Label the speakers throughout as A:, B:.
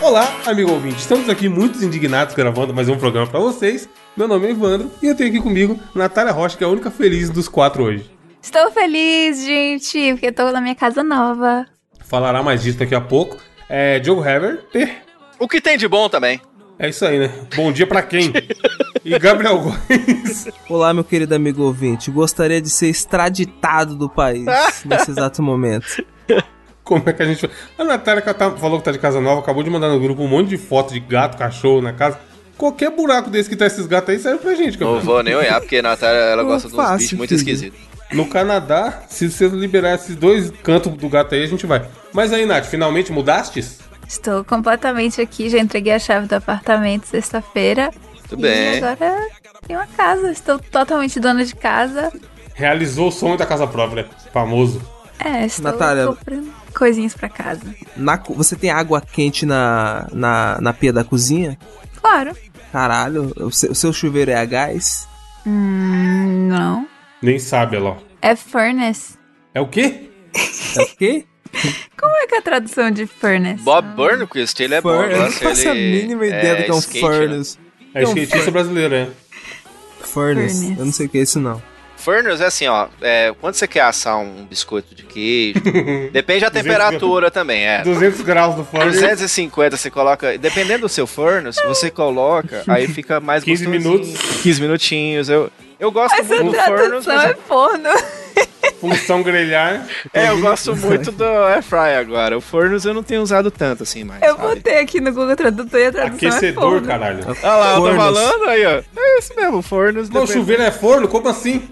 A: Olá, amigo ouvinte. Estamos aqui muitos indignados gravando mais um programa pra vocês. Meu nome é Evandro e eu tenho aqui comigo Natália Rocha, que é a única feliz dos quatro hoje.
B: Estou feliz, gente, porque tô na minha casa nova.
A: Falará mais disso daqui a pouco. É Diogo Hever.
C: O que tem de bom também.
A: É isso aí, né? Bom dia pra quem? E Gabriel Góes.
D: Olá, meu querido amigo ouvinte. Gostaria de ser extraditado do país nesse exato momento.
A: Como é que a gente. A Natália que tá- falou que tá de casa nova, acabou de mandar no grupo um monte de foto de gato, cachorro na casa. Qualquer buraco desse que tá esses gatos aí serve pra gente,
C: Não
A: cara.
C: vou nem olhar, porque a Natália ela
D: Não
C: gosta de uns
D: faço,
C: bichos muito
D: filho.
C: esquisitos.
A: No Canadá, se você liberar esses dois cantos do gato aí, a gente vai. Mas aí, Nath, finalmente mudastes?
B: Estou completamente aqui, já entreguei a chave do apartamento sexta-feira.
C: Muito
B: E
C: bem.
B: agora tem uma casa, estou totalmente dona de casa.
A: Realizou o sonho da casa própria. né? Famoso.
B: É, estou
D: Natália.
B: comprando coisinhas pra casa.
D: Na co- você tem água quente na, na, na pia da cozinha?
B: Claro.
D: Caralho, o seu, o seu chuveiro é a gás?
B: Hum, não.
A: Nem sabe, ela. ó.
B: É furnace.
A: É o quê?
D: É o quê?
B: Como é que é a tradução de furnace?
C: Bob Burnquist, ele é bom.
D: Fur- eu não
C: Nossa,
D: faço a
C: ele
D: mínima ideia do que é um
C: skate, né?
D: furnace.
A: É
D: Não,
A: skatista brasileiro, né?
D: Furnace.
B: Furnace.
D: Eu não sei o que é isso, não.
C: Furnace é assim, ó. é, quando você quer assar um biscoito de queijo, depende da temperatura também, é.
A: 200 graus do forno.
C: 250 você coloca, dependendo do seu furnace, você coloca, aí fica mais
A: 15
C: gostosinho.
A: minutos.
C: 15 minutinhos. Eu, eu gosto
B: Essa
C: muito do Um furnace.
B: tradução é
C: mas-
B: forno.
A: Função grelhar.
C: É, eu gosto muito do air fry agora. O furnace eu não tenho usado tanto assim mais.
B: Eu
C: sabe?
B: botei aqui no Google Tradutor e a tradução é
A: Aquecedor,
B: forno.
A: caralho.
C: Olha lá, eu tô
D: Furnace.
C: falando aí, ó. É isso mesmo, fornos
A: Não, chuveiro é forno? Como assim?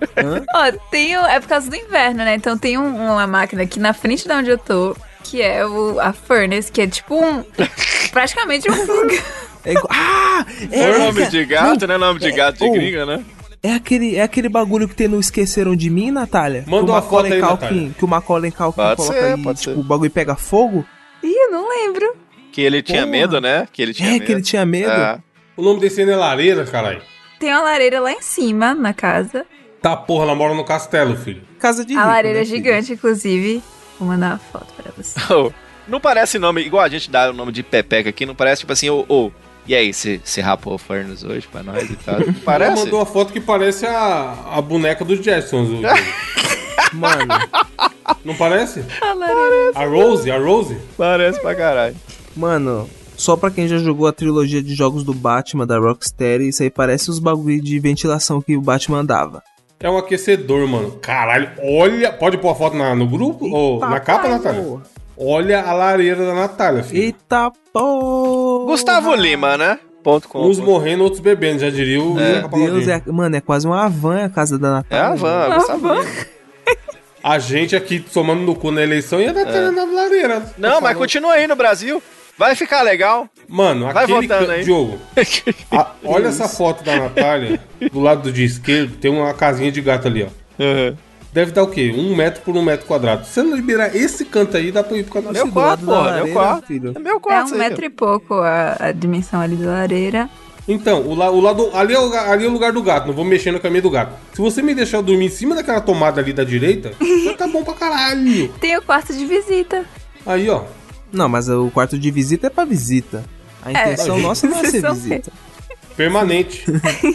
B: Ó, tem o- é por causa do inverno, né? Então tem um- uma máquina aqui na frente de onde eu tô, que é o, a furnace, que é tipo um. praticamente um fogão.
D: É igual... Ah! É,
C: É
D: é,
C: nome de gato, né? Nome de gato de
D: oh.
C: gringa, né?
D: é aquele, é aquele bagulho que tem no Esqueceram de Mim, Natália?
A: Manda
D: Que o
A: uma foto
D: Macaulay
A: aí,
D: Culkin-
A: Natália.
D: Que o Macaulay Culkin
C: Pode
D: coloca
C: ser,
D: aí,
C: pode
D: tipo,
C: ser.
D: o bagulho pega fogo?
B: Ih, eu não lembro.
C: Que ele tinha
D: Porra.
C: medo, né? Que ele tinha
D: Oh. é,
C: medo.
D: que ele tinha medo.
C: É.
A: O nome desse ainda é lareira, caralho.
B: Tem uma lareira lá em cima, na casa.
A: Tá porra, ela mora no castelo, filho.
D: Casa de
B: A
D: rico,
B: lareira
D: né,
B: é
D: filho?
B: gigante, inclusive. Vou mandar uma foto pra você.
C: Oh, Não parece nome, igual a gente dá o nome de Pepeca aqui, não parece tipo assim, ô, ô, e aí, você você rapou o Furnos hoje pra nós e tal? Não
A: Ela
C: Parece?
A: mandou a foto que parece a, a boneca dos Jetsons. o-
D: Mano,
A: Não parece?
B: A lareira. é
A: A Rose, a Rose.
C: Parece pra caralho.
D: mano, só pra quem já jogou a trilogia de jogos do Batman da Rocksteady, isso aí parece os bagulho de ventilação que o Batman dava.
A: É um aquecedor, mano. Caralho, olha. Pode pôr a foto na- no grupo? ou na capa, né, Natália?
D: porra.
A: Olha a lareira da Natália, filho.
D: Eita porra!
C: Gustavo Lima, né? Ponto com.
A: Uns morrendo, outros bebendo, já diria o Zeca
D: Meu Deus,
A: Pagodinho.
D: é, a- mano, é quase uma van a casa da
C: É a
D: Natália.
C: van,
B: Ah,
C: Gustavo
B: van.
C: Lima.
A: A gente aqui somando no cu na eleição e a Natália na lareira.
C: É. Não, mas continua aí no Brasil. Vai ficar legal.
A: Mano,
C: Vai
A: aquele
C: votando
A: can-
C: aí.
A: Diogo, a- olha essa foto da Natália. Do lado de esquerdo tem uma casinha de gato ali, ó. Deve dar o quê? Um metro por um metro quadrado. Se você não liberar esse canto aí, dá pra ir ficar na
C: Meu
D: do lado
C: quarto,
D: da
C: porra, meu
D: lareira,
C: quarto.
D: filho.
C: É meu
B: É
C: quarto,
B: um
C: isso aí.
B: metro e pouco a, a dimensão ali da lareira.
A: Então, o, la- o lado. Ali é o, ga- ali é o lugar do gato, não vou mexer no caminho do gato. Se você me deixar eu dormir em cima daquela tomada ali da direita, já tá bom pra caralho.
B: Tem o quarto de visita.
A: Aí, ó.
D: Não, mas o quarto de visita é pra visita. A intenção
A: gente.
D: nossa não é ser
B: Vocês são
D: visita.
A: Permanente.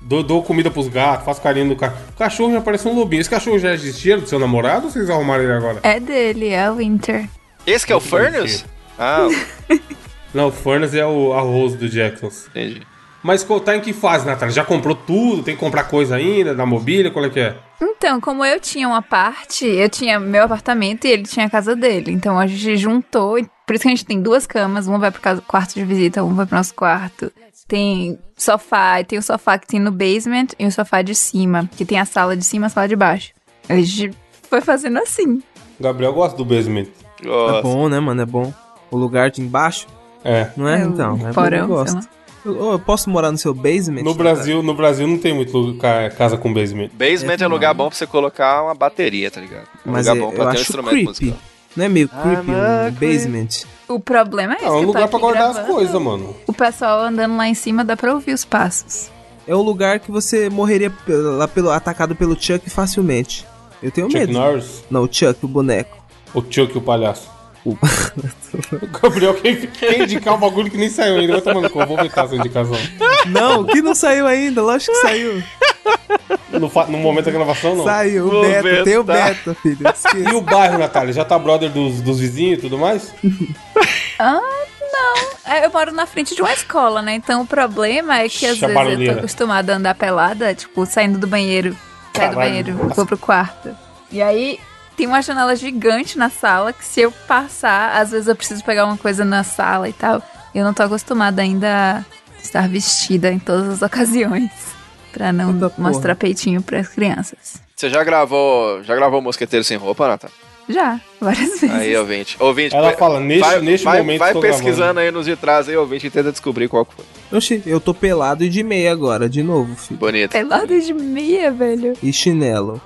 A: dou, dou comida pros gatos, faço carinho no cachorro. O cachorro já parece um lobinho. Esse cachorro já existia do seu namorado ou vocês arrumaram ele agora?
B: É dele, é o Winter.
C: Esse que é o Furnos?
A: bonitinho.
C: Ah,
A: Não, o Furnas é o arroz do Jacksons.
C: entendi.
A: Mas co- tá em que fase, Natália? Já comprou tudo? Tem que comprar coisa ainda? Da mobília? Qual é que é?
B: Então, como eu tinha uma parte, eu tinha meu apartamento e ele tinha a casa dele. Então a gente juntou, e por isso que a gente tem duas camas, uma vai pro casa- quarto de visita, uma vai pro nosso quarto. Tem sofá, e tem o sofá que tem no basement e o sofá de cima, que tem a sala de cima e a sala de baixo. A gente foi fazendo assim.
A: O Gabriel gosta do basement.
D: É
C: Gosto.
D: bom, né, mano? É bom. O lugar de embaixo,
A: É.
D: não é,
B: É, o
D: então? É
B: porão,
D: eu gosto.
B: sei lá.
D: Eu, eu posso morar no seu basement?
A: No Brasil, no Brasil não tem muito lugar- ca- casa com basement.
C: Basement é, lugar bom pra você colocar uma bateria, tá ligado? É um
D: Mas
C: lugar
D: é-
C: bom
D: eu
C: pra ter um
D: acho
C: instrumento
D: creepy.
C: musical.
D: Não é meio creepy
C: a
D: um basement?
B: O problema é esse.
A: É um
B: que eu tô
A: lugar pra
B: aqui
A: guardar as
B: gravando.
A: coisas, mano.
B: O pessoal andando lá em cima dá pra ouvir os passos.
D: É um lugar que você morreria pe- lá pelo, atacado pelo Chuck facilmente. Eu tenho
A: Chuck
D: medo.
A: Norris,
D: Não, o Chuck, o boneco.
A: o Chuck e o palhaço.
D: O-
A: O Gabriel quer, quer indicar o bagulho que nem saiu ainda. Vai tomando cu, eu vou vetar essa indicação.
D: Não, que não saiu ainda, lógico que saiu.
A: No, fa- no momento da gravação, não.
D: Saiu, o
C: Vou tá.
D: Beto, tem o
C: vetar.
D: Beto, filho. esqueci.
A: E o bairro, Natália? Já tá brother dos, dos vizinhos e tudo mais?
B: Ah, não. É, Eu moro na frente de uma escola, né? Então o problema é que às
A: Ixi, a
B: vezes eu
A: barulheira.
B: tô acostumada a andar pelada, tipo, saindo do banheiro. Saio do
A: Caralho.
B: banheiro, vou pro quarto. E aí tem uma janela gigante na sala que se eu passar, às vezes eu preciso pegar uma coisa na sala e tal. Eu não tô acostumada ainda a estar vestida em todas as ocasiões. Pra não
D: Puta porra.
B: mostrar peitinho pras crianças.
C: Você já gravou, já gravou Mosqueteiro Sem Roupa, Nata?
B: Já, várias vezes.
C: Aí, ouvinte. Ouvinte,
A: Ela
C: pe-
A: fala, neste,
C: vai,
A: neste
C: vai,
A: momento
C: vai
A: estou
C: pesquisando
A: gravando.
C: aí nos de trás aí, ouvinte, e tenta descobrir qual que foi.
D: Oxi, eu tô pelado e de meia agora, de novo, filho.
C: Bonito.
B: Pelada de meia, velho.
D: E chinelo.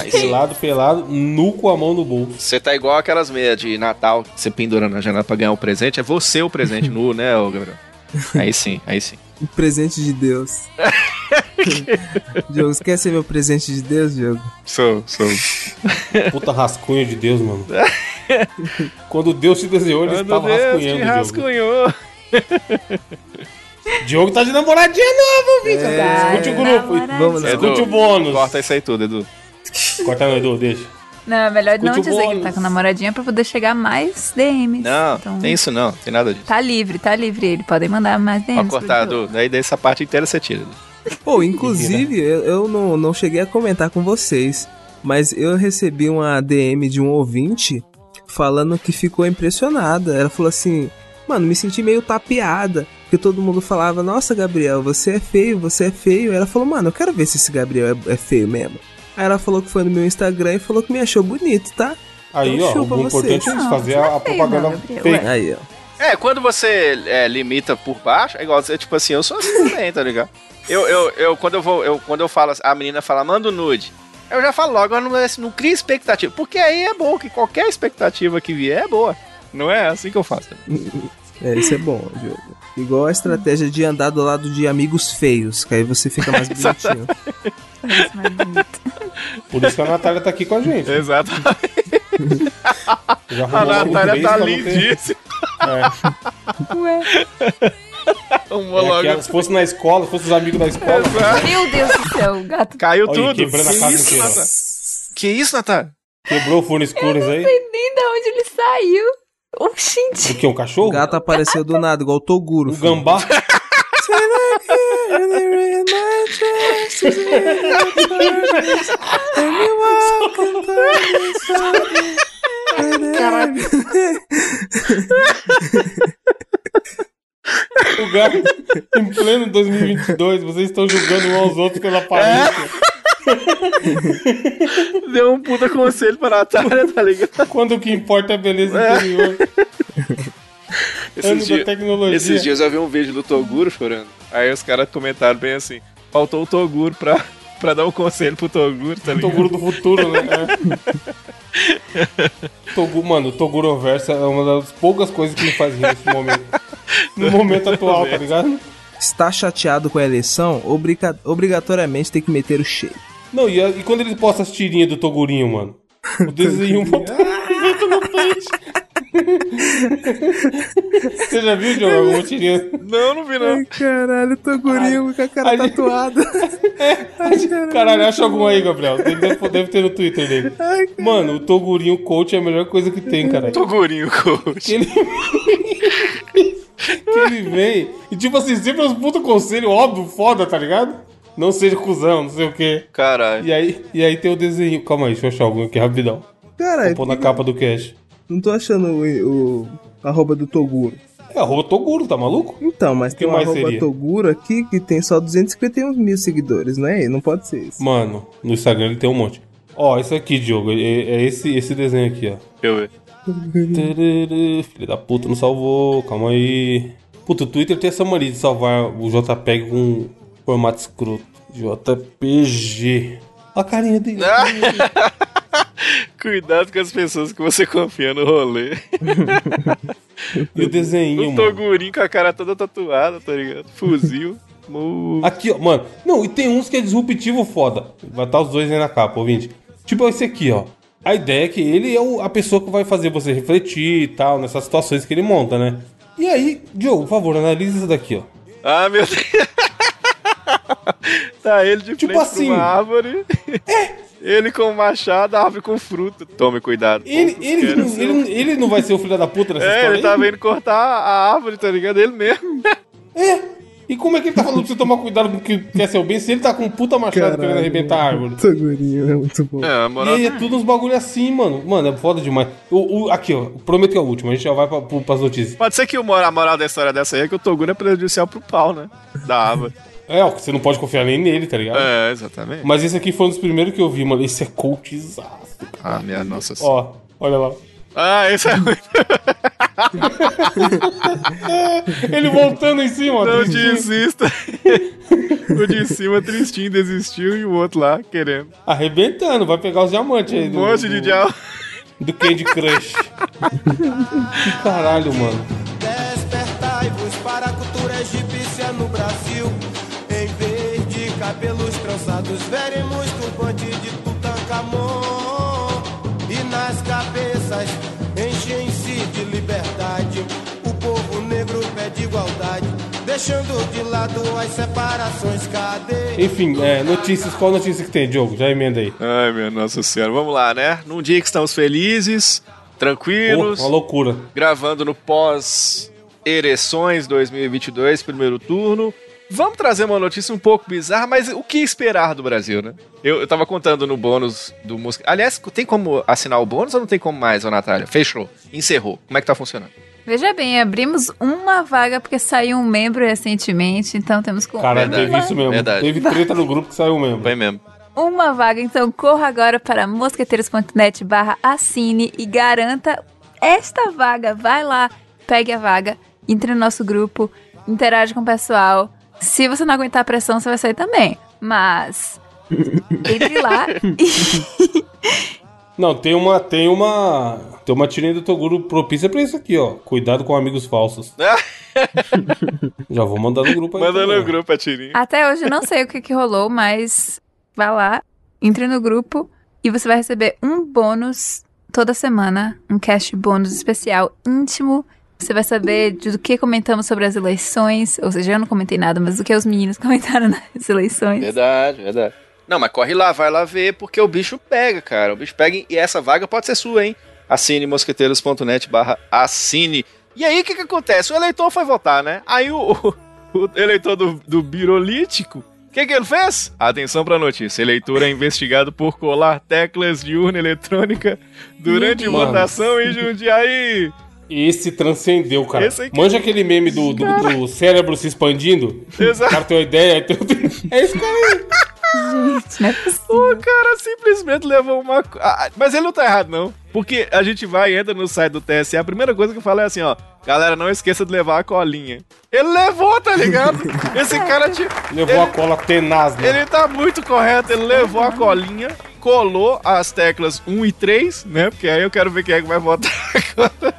C: Aí sim.
A: Pelado, pelado, nu com a mão no bolso.
C: Você tá igual aquelas meias de Natal, que você pendura na janela pra ganhar um presente. É você o presente nu, né, ô Gabriel? Aí sim, aí sim.
D: Um presente de Deus. Diogo, esquece meu presente de Deus, Diogo?
C: Sou, sou.
A: Puta rascunho de Deus, mano. Quando Deus te desenhou, ele estava rascunhando. Diogo. Diogo tá de namoradinha nova, bicho.
D: É,
A: Escute o grupo.
D: Vamos né? lá.
A: Escute o bônus.
C: Corta isso aí tudo, Edu.
A: né? Corta não, Edu, deixa.
B: Não, é melhor não
A: Escute o
B: dizer que
A: bônus.
B: tá com namoradinha pra poder chegar mais DMs.
C: Não,
B: Então,
C: tem isso não, tem nada disso.
B: Tá livre, tá livre ele. Podem mandar mais DMs.
C: Pode cortar,
B: pro Diogo.
C: Edu. Daí dessa parte inteira você tira. né? Edu.
D: Pô, inclusive, eu, eu não, não cheguei a comentar com vocês, mas eu recebi uma DM de um ouvinte falando que ficou impressionada. Ela falou assim: Mano, me senti meio tapeada. Porque todo mundo falava: Nossa, Gabriel, você é feio, você é feio. Ela falou: Mano, eu quero ver se esse Gabriel é, é feio mesmo. Aí ela falou que foi no meu Instagram e falou que me achou bonito, tá?
A: Aí,
D: Então,
A: ó,
D: chupa
A: o importante
D: você.
A: é
B: Não,
A: isso, fazer
B: você não
A: a,
B: é
A: a
B: feio,
A: propaganda
B: não, Gabriel,
A: fake.
D: Aí, ó.
C: É, quando você é, limita por baixo, é igual, você, tipo assim, eu sou assim também, tá ligado? Eu, eu, eu, quando eu vou, eu, quando eu falo, a menina fala, manda o nude. Eu já falo logo, eu não, assim, não cria expectativa. Porque aí é bom, que qualquer expectativa que vier é boa. Não é assim que eu faço.
D: É, isso é bom, Diogo. Igual a estratégia de andar do lado de amigos feios, que aí você fica mais bonitinho.
B: Isso, mas bonito.
A: Por isso que a Natália tá aqui com a gente.
C: Exato.
A: Já arrumou logo
C: tá
A: três pra não ter- É,
B: Ué.
C: Arrumou
A: é aquela- se fosse na escola, se fosse os amigos da escola,
B: Meu Deus do céu, o gato
C: Caiu
A: Olha, quebrando a casa inteira.
C: Natan? Que isso, Natan?
A: quebrou o fone escuro aí.
B: nem da onde ele saiu. Oxente.
A: O quê? Um cachorro?
D: O gato apareceu do nada, igual o Toguro.
A: Um
D: filho.
A: gambá? O gato, em pleno 2022, vocês estão julgando um aos outros pela
C: É?
A: aparência.
C: Deu um puta conselho pra Natália, tá ligado?
A: Quando o que importa é a beleza
C: É.
A: interior. Ano
C: Esses
A: da
C: dias,
A: tecnologia.
C: esses dias eu vi um vídeo do Toguro chorando. Aí os caras comentaram bem assim: faltou o Toguro pra, pra dar um conselho pro Toguro, tá ligado?
A: Toguro do futuro, né? É. Togu- mano, o Toguro Versa é uma das poucas coisas que me faz rir nesse momento. No momento atual, tá ligado?
D: Está chateado com a eleição? Obriga- obrigatoriamente tem que meter o cheio.
A: Não, e, a- e quando ele posta as tirinhas do Togurinho, mano? O desenho botando junto no peixe. Você já viu, Diogo, alguma tirinha?
C: Não, não vi não.
D: caralho, Togurinho com a cara
A: Ali-
D: tatuada.
A: É, Caralho, acha algum aí, Gabriel. Ele deve, deve ter no Twitter dele. Mano, o Togurinho Coach é a melhor coisa que tem, cara.
C: Togurinho, coach.
A: Que ele... que ele vem. E tipo assim, sempre uns puto conselho óbvio, foda, tá ligado? Não seja cuzão, não sei o quê.
C: Caralho.
A: E aí, e aí tem o desenho. Calma aí, deixa eu achar algum aqui rapidão. Vou
D: Caralho,
A: pôr na capa do cash.
D: não tô achando o, o arroba do Toguro.
A: É arroba Toguro, tá maluco?
D: Então, mas
A: Que
D: tem um
A: mais
D: arroba
A: seria?
D: Toguro aqui que tem só 251 mil seguidores, não é? Não pode ser isso.
A: Mano, no Instagram ele tem um monte. Ó, esse aqui, Diogo. É, é esse, esse desenho aqui, ó.
C: Deixa eu ver.
A: Tururu, Filho da puta, não salvou. Calma aí. Puta, o Twitter tem essa mania de salvar o JPEG com formato escroto. JPG. Olha a carinha dele.
C: Ah! Cuidado com as pessoas que você confia no rolê.
A: E o desenho,
C: O
A: mano.
C: Togurinho com a cara toda tatuada, tá ligado? Fuzil. Mu-
A: Aqui, ó, tá mano. Não, e tem uns que é disruptivo foda. Vai estar os dois aí na capa, ouvinte. Tipo esse aqui, ó. A ideia é que ele é o- a pessoa que vai fazer você refletir e tal, nessas situações que ele monta, né? E aí, Diogo, por favor, analise isso daqui, ó.
C: Ah, meu Deus. tá ele de
A: Tipo
C: frente
A: assim. É.
C: pra uma árvore. ele com o machado, a árvore com fruta. Tome cuidado.
A: Ele,
C: poucos
A: ele,
C: querem
A: não-
C: ser-
A: ele, não- ele não vai ser o filho da puta nessa
C: É,
A: história
C: ele tá
A: aí?
C: vendo cortar a árvore, tá ligado? Ele mesmo.
A: É. E como é que ele tá falando pra você tomar cuidado com o que quer ser o bem se ele tá com um puta machado querendo arrebentar a árvore?
D: Togurinho é muito bom.
C: É, a
A: E
C: moral.
A: aí é tudo uns bagulho assim, mano. Mano, é foda demais. O, o- aqui, ó. Prometo que é o último. A gente já vai pra, pro, pras notícias.
C: Pode ser que o mora- a moral da história dessa aí é que o Toguro é prejudicial pro pau, né? Da árvore.
A: É, ó. que Você não pode confiar nem nele, tá ligado?
C: é, exatamente.
A: Mas esse aqui foi um dos primeiros que eu vi, mano. Esse é cultizaço.
C: Ah, minha nossa senhora.
A: Ó, olha lá.
C: Ah, isso é muito.
A: Ele voltando em cima, ó.
C: Não
A: tristinho.
C: desista. o de cima tristinho desistiu e o outro lá querendo.
A: Arrebentando. Vai pegar os diamantes aí.
C: Um
A: do-
C: monte de
A: do-
C: diabo.
A: Do Candy Crush. que caralho, mano.
E: Despertai-vos para a cultura egípcia no Brasil. Em vez de cabelos trançados, veremos turbante de Tutankhamon. E nas cabeças enchem-se de liberdade. O povo negro pede igualdade, deixando de lado as separações. Cadê?
A: Enfim, é, notícias. Qual notícia que tem, Diogo? Já emenda aí.
C: Ai, minha nossa senhora. Vamos lá, né? Num dia que estamos felizes,
A: Pô,
C: tranquilos,
A: uma loucura.
C: gravando no pós ereções 2022, primeiro turno. Vamos trazer uma notícia um pouco bizarra, mas o que esperar do Brasil, né? Eu, eu tava contando no bônus do Mosca. Aliás, tem como assinar o bônus ou não tem como mais, ô Natália? Fechou. Encerrou. Como é que tá funcionando?
B: Veja bem, abrimos uma vaga porque saiu um membro recentemente, então temos com
A: Cara,
C: Verdade.
A: teve isso mesmo.
C: Verdade.
A: Teve treta no grupo que saiu mesmo.
C: Foi mesmo.
B: uma vaga, então corra agora para mosqueteiros.net barra assine e garanta esta vaga. Vai lá, pegue a vaga, entre no nosso grupo, interage com o pessoal. Se você não aguentar a pressão, você vai sair também. Mas entre lá e
A: Não, tem uma, tem uma, tem uma tirinha do Toguro propícia pra isso aqui, ó. Cuidado com amigos falsos. Já vou mandar no grupo aí.
C: Manda
A: também.
C: no grupo a tirinha.
B: até hoje eu não sei o que, que rolou, mas vá lá, entre no grupo e você vai receber um bônus toda semana, um cast bônus especial íntimo Você vai saber de- do que comentamos sobre as eleições, ou seja, eu não comentei nada, mas do que os meninos comentaram nas
A: É.
B: eleições.
C: Verdade, verdade. Não, mas corre lá, vai lá ver, porque o bicho pega, cara. O bicho pega e essa vaga pode ser sua, hein? Assine mosqueteiros.net barra assine. E aí, o que que acontece? O eleitor foi votar, né? Aí o, o- o eleitor do, do Birolítico, o que que ele fez? Atenção pra notícia. Eleitor é investigado por colar teclas de urna eletrônica durante
A: Mano.
C: votação em Jundiaí.
A: Esse transcendeu, cara.
C: Esse aqui- é
A: Manja aquele meme do, do, do cérebro se expandindo. O
C: Exato.
A: cara tem uma ideia, aí tem outra- é esse cara aí.
B: Gente, não é possível.
C: O cara simplesmente levou uma. co- Ah, ah, mas ele não tá errado, não. Porque a gente vai, entra no site do TSE, a primeira coisa que eu falo é assim, ó. Galera, não esqueça de levar a colinha. Ele levou, tá ligado? Esse cara, tipo,
A: Levou a cola tenaz, né?
C: ele tá muito correto. Ele levou a colinha, colou as teclas 1 e 3, né? Porque aí eu quero ver quem é que vai votar agora.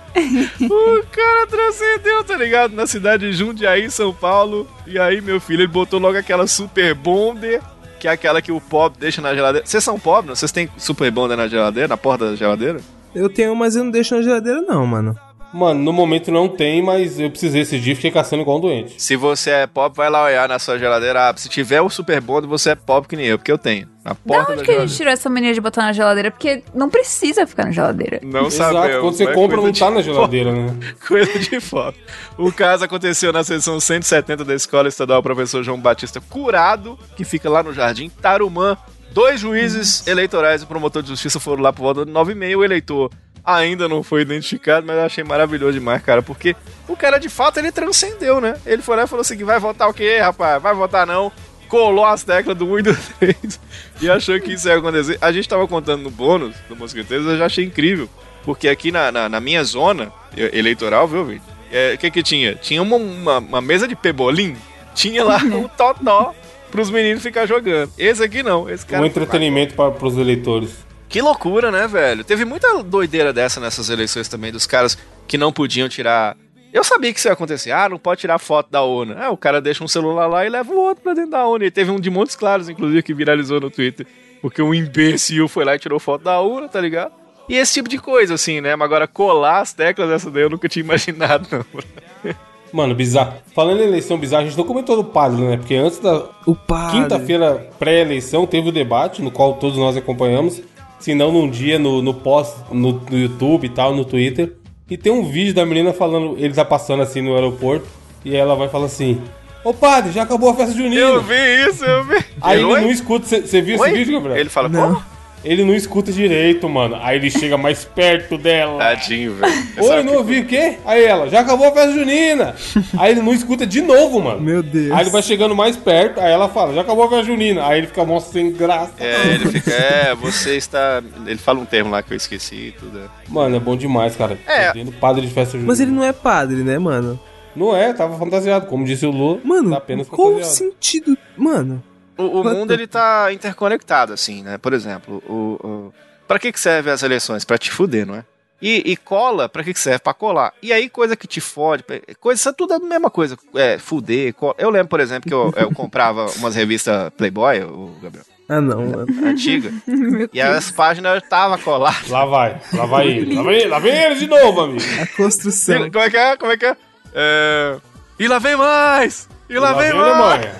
C: O cara transcendeu, tá ligado? Na cidade de Jundiaí, São Paulo. E aí, meu filho, ele botou logo aquela super bonder, que é aquela que o pobre deixa na geladeira. Vocês são pobres, não? Vocês têm super bonder na geladeira, na porta da geladeira?
D: Eu tenho, mas eu não deixo na geladeira, não, mano.
A: Mano, no momento não tem, mas eu precisei esse dia, fiquei caçando igual um doente.
C: Se você é pobre, vai lá olhar na sua geladeira. Ah, se tiver o super bonder, você é pobre que nem eu, porque eu tenho. Na
B: Da
C: porta da,
B: onde que a
C: geladeira.
B: gente tirou essa mania de botar na geladeira? Porque não precisa ficar na geladeira.
C: Não
A: Exato,
C: sabemos,
A: quando você
C: né?
A: compra
C: Coisa
A: não
C: de
A: tá na
C: pobre.
A: geladeira, né?
C: Coisa de foda. O caso aconteceu na seção 170 da Escola Estadual Professor João Batista Curado, que fica lá no Jardim Tarumã. Dois juízes eleitorais e o promotor de justiça foram lá por volta de 9 e meia. O eleitor ainda não foi identificado, mas eu achei maravilhoso demais, cara, porque o cara, de fato, ele transcendeu, né? Ele foi lá e falou assim, vai votar o quê, rapaz? Vai votar não? Colou as teclas do 1 e do 3 e achou que isso ia acontecer. A gente tava contando no bônus do Mosqueteiros, eu já achei incrível. Porque aqui na, na, na minha zona e- eleitoral, viu, Vitor? É, O que que tinha? Tinha uma, uma, uma mesa de pebolim, tinha lá um totó pros meninos ficar jogando. Esse aqui não, esse cara...
A: um entretenimento para pros eleitores.
C: Que loucura, né, velho? Teve muita doideira dessa nessas eleições também, dos caras que não podiam tirar... Eu sabia que isso ia acontecer. Ah, não pode tirar foto da urna. É, Ah, o cara deixa um celular lá e leva o outro pra dentro da urna. E teve um de Montes Claros, inclusive, que viralizou no Twitter. Porque um imbecil foi lá e tirou foto da urna, tá ligado? E esse tipo de coisa, assim, né? Mas agora colar as teclas dessa daí eu nunca tinha imaginado, não.
A: Mano, bizarro. Falando em eleição bizarra, a gente não comentou do padre, né? Porque antes da
D: O padre.
A: quinta-feira pré-eleição teve o debate, no qual todos nós acompanhamos. Se não, num dia no, no pós, no, no YouTube e tal, no Twitter. E tem um vídeo da menina falando, ele tá passando assim no aeroporto. E ela vai falar assim: Ô padre, já acabou a festa junina.
C: Eu vi isso, eu vi.
A: Aí ele
C: Oi?
A: não escuta. Você viu
C: Oi?
A: esse vídeo, Gabriel?
C: Ele fala,
D: Não.
C: como?
A: Ele não escuta direito, mano. Aí ele chega mais perto dela.
C: Tadinho, velho.
A: Oi, não ouvi o quê? Aí ela, já acabou a festa junina. aí ele não escuta de novo, mano.
D: Meu Deus.
A: Aí ele vai chegando mais perto, aí ela fala, já acabou a festa junina. Aí ele fica mó sem graça.
C: É, ele fica, é, você está. Ele fala um termo lá que eu esqueci e tudo. é.
A: Mano, é bom demais, cara.
C: É.
A: Tá Tendo padre de festa junina.
D: Mas ele não é padre, né, mano?
A: Não é, tava fantasiado. Como disse o Lu,
D: Mano,
A: tá apenas
D: qual o
A: fantasiado.
D: sentido. Mano,
C: O, o
D: Quanto-
C: mundo ele tá interconectado, assim, né? Por exemplo, o, o... para que que serve as eleições? Pra te fuder, não é? E, e cola, pra que que serve? Pra colar. E aí, coisa que te fode, pra- coisa, isso é tudo a mesma coisa. É, fuder, cola. Eu lembro, por exemplo, que eu, eu comprava umas revistas Playboy, o Gabriel,
D: Ah, não. mano.
C: antiga,
B: Meu
C: e as páginas tava coladas.
D: assim?
A: Lá vai, lá vai ele. Lá vem ele, lá vem ele de novo, amigo.
D: A construção.
C: Como é que é? Como é que é? É, E lá vem mais! E lá, vem,
A: o
C: mais!
A: Neymar.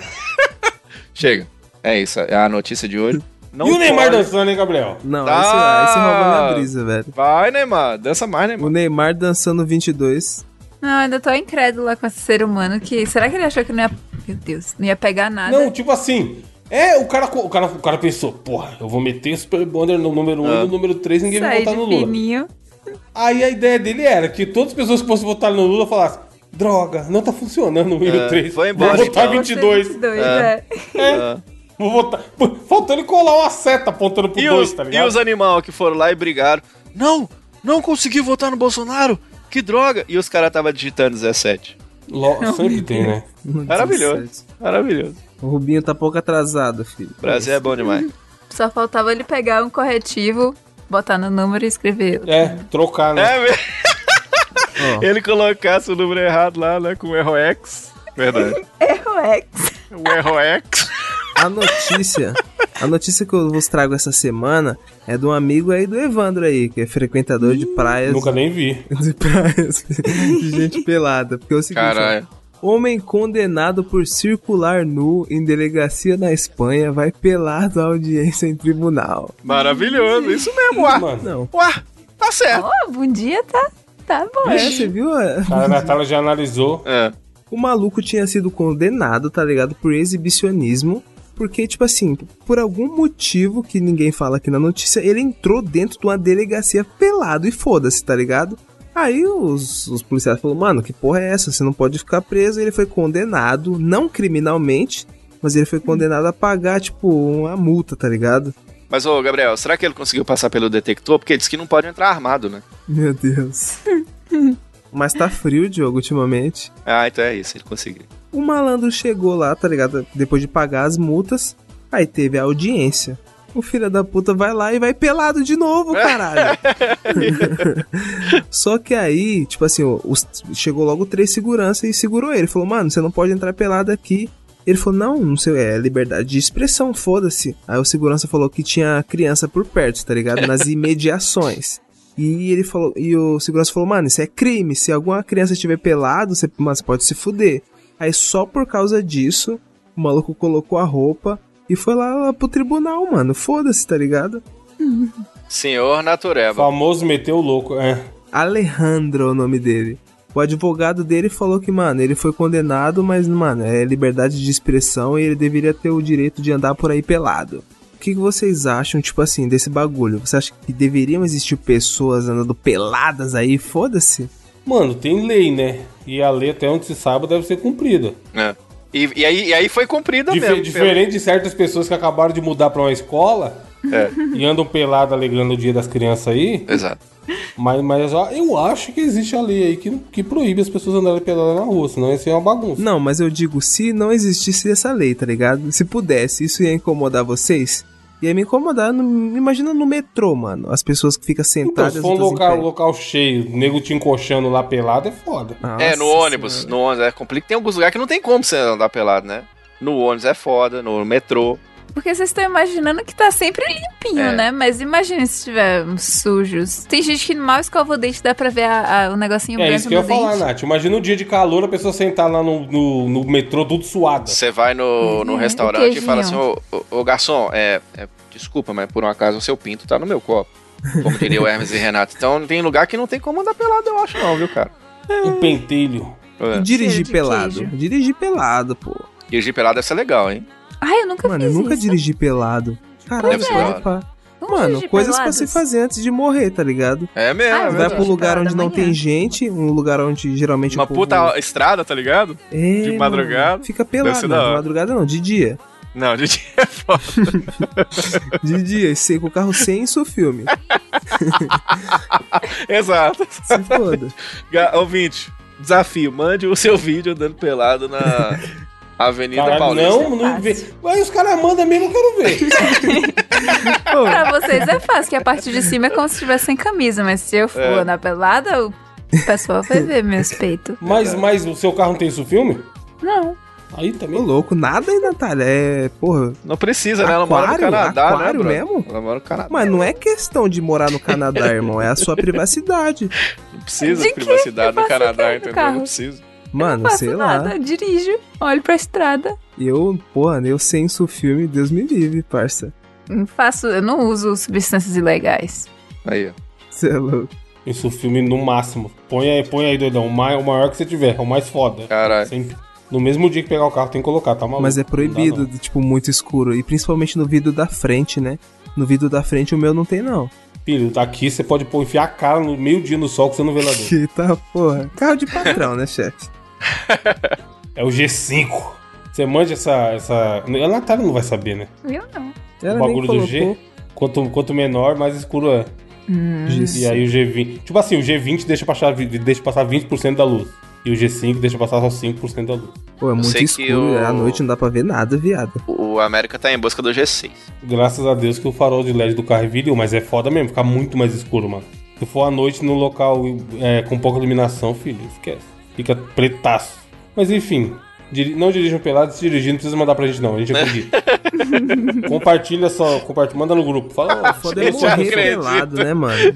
C: Chega. É isso, é a notícia de hoje. Não
A: E o Neymar
C: pode-
A: dançando, hein, Gabriel?
D: Não,
C: Tá.
D: esse, ah, esse roubou minha brisa, velho.
C: Vai, Neymar, dança mais, Neymar.
D: O Neymar dançando 22.
B: Não, ainda tô incrédula com esse ser humano que. Será que ele achou que não ia. Meu Deus, não ia pegar nada?
A: Não, tipo assim. É, o cara, co- o cara, o cara pensou, porra, eu vou meter o Super Bonder no número 1
C: Ah.
A: um, e no número 3 ninguém vai
B: Saí
A: votar
B: de
A: no Lula.
B: fininho.
A: Aí a ideia dele era que todas as pessoas que fossem votar no Lula falassem, droga, não tá funcionando o número
C: É,
A: 3.
C: foi embora,
A: Vou votar
C: então."
A: 22.
B: 22, é.
A: É, vou votar. Pô, Faltou ele colar uma seta apontando pro
C: E
A: 2,
C: os,
A: tá
C: e
A: ligado?
C: os animal que foram lá e brigaram. Não, não consegui votar no Bolsonaro. Que droga. E os caras tava digitando 17.
A: Lo- sempre tem, né?
C: Maravilhoso. Maravilhoso.
D: O Rubinho tá pouco atrasado, filho.
C: O Brasil é bom demais.
B: Só faltava ele pegar um corretivo, botar no número e escrever.
A: É, trocar, né?
C: É mesmo. Ele colocasse o número errado lá, né? Com o erro X. Verdade.
B: Erro X.
C: O erro X.
D: A notícia. A notícia que eu vos trago essa semana é de um amigo aí do Evandro aí, que é frequentador de
C: É.
D: praias.
A: Nunca nem vi.
D: De praias. de gente pelada. Porque é o seguinte.
C: Caralho.
D: ó, Homem condenado por circular nu em delegacia na Espanha vai pelado à audiência em tribunal.
C: Maravilhoso. Isso mesmo, uá.
A: Mano,
D: Não.
C: Uá, tá certo.
B: Oh, bom dia, tá? Tá bom.
D: É, você viu? a-
A: a Natália já analisou.
C: É.
D: O maluco tinha sido condenado, tá ligado? Por exibicionismo. Porque, tipo assim, por algum motivo que ninguém fala aqui na notícia, ele entrou dentro de uma delegacia pelado e foda-se, tá ligado? Aí os, os policiais falaram, mano, que porra é essa? Você não pode ficar preso. Ele foi condenado, não criminalmente, mas ele foi condenado a pagar, tipo, uma multa, tá ligado?
C: Mas, ô, Gabriel, será que ele conseguiu passar pelo detector? Porque disse que não pode entrar armado, né?
D: Meu Deus. mas tá frio, Diogo, ultimamente.
C: Ah, então é isso. Ele conseguiu.
D: O malandro chegou lá, tá ligado? Depois de pagar as multas, aí teve a audiência. O filho da puta vai lá e vai pelado de novo, caralho. Só que aí, tipo assim, o- os- chegou logo três seguranças e segurou ele. Falou, mano, você não pode entrar pelado aqui. Ele falou, não, não sei, é liberdade de expressão, foda-se. Aí o segurança falou que tinha criança por perto, tá ligado? Nas imediações. E ele falou, e o segurança falou, mano, isso é crime. Se alguma criança estiver pelado, você, mano, você pode se fuder. Aí só por causa disso, o maluco colocou a roupa e foi lá, lá pro tribunal, mano. Foda-se, tá ligado?
C: Senhor
A: O
C: Natureba.
A: famoso meteu o louco, é.
D: Alejandro é o nome dele. O advogado dele falou que, mano, ele foi condenado, mas, mano, é liberdade de expressão e ele deveria ter o direito de andar por aí pelado. O que que vocês acham, tipo assim, desse bagulho? Você acha que deveriam existir pessoas andando peladas aí? Foda-se.
A: Mano, tem lei, né? E a lei, até onde se sabe, deve ser cumprida.
C: É. E, e aí, e aí foi cumprida
A: Dife-
C: mesmo.
A: diferente de certas pessoas que acabaram de mudar pra uma escola
C: É,
A: e andam pelado alegando o dia das crianças aí,
C: exato.
A: mas, mas ó, eu acho que existe a lei aí que, que proíbe as pessoas andarem peladas na rua, senão ia ser uma bagunça.
D: Não, mas eu digo, se não existisse essa lei, tá ligado? Se pudesse, isso ia incomodar vocês? Ia me incomodar, no- imagina no metrô, mano. As pessoas que ficam
A: Então,
D: sentadas.
A: se for um
D: outras em
A: local,
D: pé.
A: local cheio, o nego te encoxando lá pelado, é foda.
C: é, no
D: Nossa
C: ônibus.
D: Senhora.
C: No ônibus é complicado. Tem alguns lugares que não tem como você andar pelado, né? No ônibus é foda, no metrô.
B: Porque vocês estão imaginando que tá sempre limpinho,
C: É.
B: né? Mas imagina se tiver uns sujos. Tem gente que mal escova o dente, dá pra ver a- a- o negocinho
A: É
B: branco
A: isso que eu
B: no
A: ia falar,
B: dente.
A: Nath. Imagina um dia de calor, a pessoa sentar lá no, no, no metrô tudo suada.
C: Você vai no, no
B: Uhum,
C: restaurante e fala assim,
B: queijinho.
C: ô, ô, ô, garçom, é, é, desculpa, mas por um acaso o seu pinto tá no meu copo. Como diria o Hermes e Renato. Então tem lugar que não tem como andar pelado, eu acho, não, viu, cara?
A: Um pentelho.
D: E
C: É.
B: Cheiro
D: dirigir
B: de
D: pelado.
B: queijo.
D: Dirigir pelado, pô.
C: Dirigir pelado deve ser legal, hein?
B: Ai, eu nunca
D: Mano, eu
B: fiz
D: nunca
B: isso.
D: dirigi pelado. Caralho,
C: Pois é.
D: vai pá.
B: Vamos
D: Mano,
B: dirigir
D: coisas
B: pelados?
D: pra se fazer antes de morrer, tá ligado?
C: É mesmo,
B: Ah,
C: é
B: eu
D: Vai
C: verdade.
D: pro lugar
B: Pelado
D: onde não
B: amanhã.
D: tem gente, um lugar onde geralmente
C: Uma
D: o povo...
C: puta estrada, tá ligado?
D: É,
C: de
D: mano,
C: madrugada.
D: Fica
C: Deve
D: pelado,
C: ser
D: não,
C: da
D: de
C: hora.
D: madrugada não, de dia.
C: Não, de dia é foda.
D: De dia, e sei, com o carro sem isso filme.
C: Exato.
D: Se foda.
C: Ga- Ouvinte, desafio, mande o seu vídeo andando pelado na Avenida
A: Caralho,
C: Paulista.
D: é
A: não, não vê. Mas os caras mandam mesmo, eu quero ver.
B: Pra vocês é fácil, que a parte de cima é como se estivesse sem camisa, mas se eu for
C: É.
B: na pelada, o pessoal vai ver meus peitos.
D: É.
A: Mas, mas o seu carro não tem isso filme?
B: Não.
A: Aí
D: Ô,
A: também.
D: louco, nada aí, Natália. É, porra.
C: Não precisa, né? Ela mora no
D: Aquário?
C: Canadá,
D: Aquário
C: né, bro?
D: mesmo?
C: Ela mora no Canadá.
D: Mas não é questão de morar no Canadá, irmão. É a sua privacidade.
C: Não precisa
B: De
C: de
B: quê?
C: privacidade
B: Eu
C: no
B: faço
C: Canadá,
B: atrás do
C: entendeu?
B: carro.
C: Não precisa.
D: Mano,
B: Faço
D: sei
B: nada,
D: lá.
B: dirijo, olho pra estrada.
D: Eu, porra, eu sem isso filme, Deus me livre, parça.
B: Não faço, eu não uso substâncias ilegais.
C: Aí, ó.
D: Você é louco.
A: Isso filme no máximo. Põe aí, põe aí, doidão. O mai- o maior que você tiver, é o mais foda.
C: Caralho.
A: Sempre. No mesmo dia que pegar o carro tem que colocar, tá maluco?
D: Mas é proibido,
A: Não dá,
D: de, tipo, muito escuro. E principalmente no vidro da frente, né? No vidro da frente o meu não tem, não.
A: não. Filho, daqui você pode pôr, enfiar a cara no meio dia no sol que você não vê lá dentro.
D: Que tá, porra. Carro de patrão, né, chefe?
A: É o G5. Você manja essa. essa... A Natália não vai saber, né?
B: Eu não.
D: Ela
A: o
D: nem
A: bagulho do G. Quanto, quanto menor, mais escuro é. E
D: Isso.
A: aí o G20. Tipo assim, o G20 deixa passar, vi- deixa passar 20% da luz. E o G5 deixa passar só 5% da luz.
D: Pô, é muito
C: sei que
D: escuro.
C: o-
D: À noite não dá pra ver nada, viado.
C: O América tá em busca do G6.
A: Graças a Deus que o farol de LED do carro é vídeo, mas é foda mesmo, fica muito mais escuro, mano. Se for à noite num local é, com pouca iluminação, filho, esquece. Fica pretaço. Mas enfim, diri- não dirijam pelado, se dirigir não precisa mandar pra gente não, a gente acredita. compartilha só, compartilha, manda no grupo. Fala, ó,
D: Foda é
C: Eu já
D: morrer
C: acredito.
D: pelado, né, mano?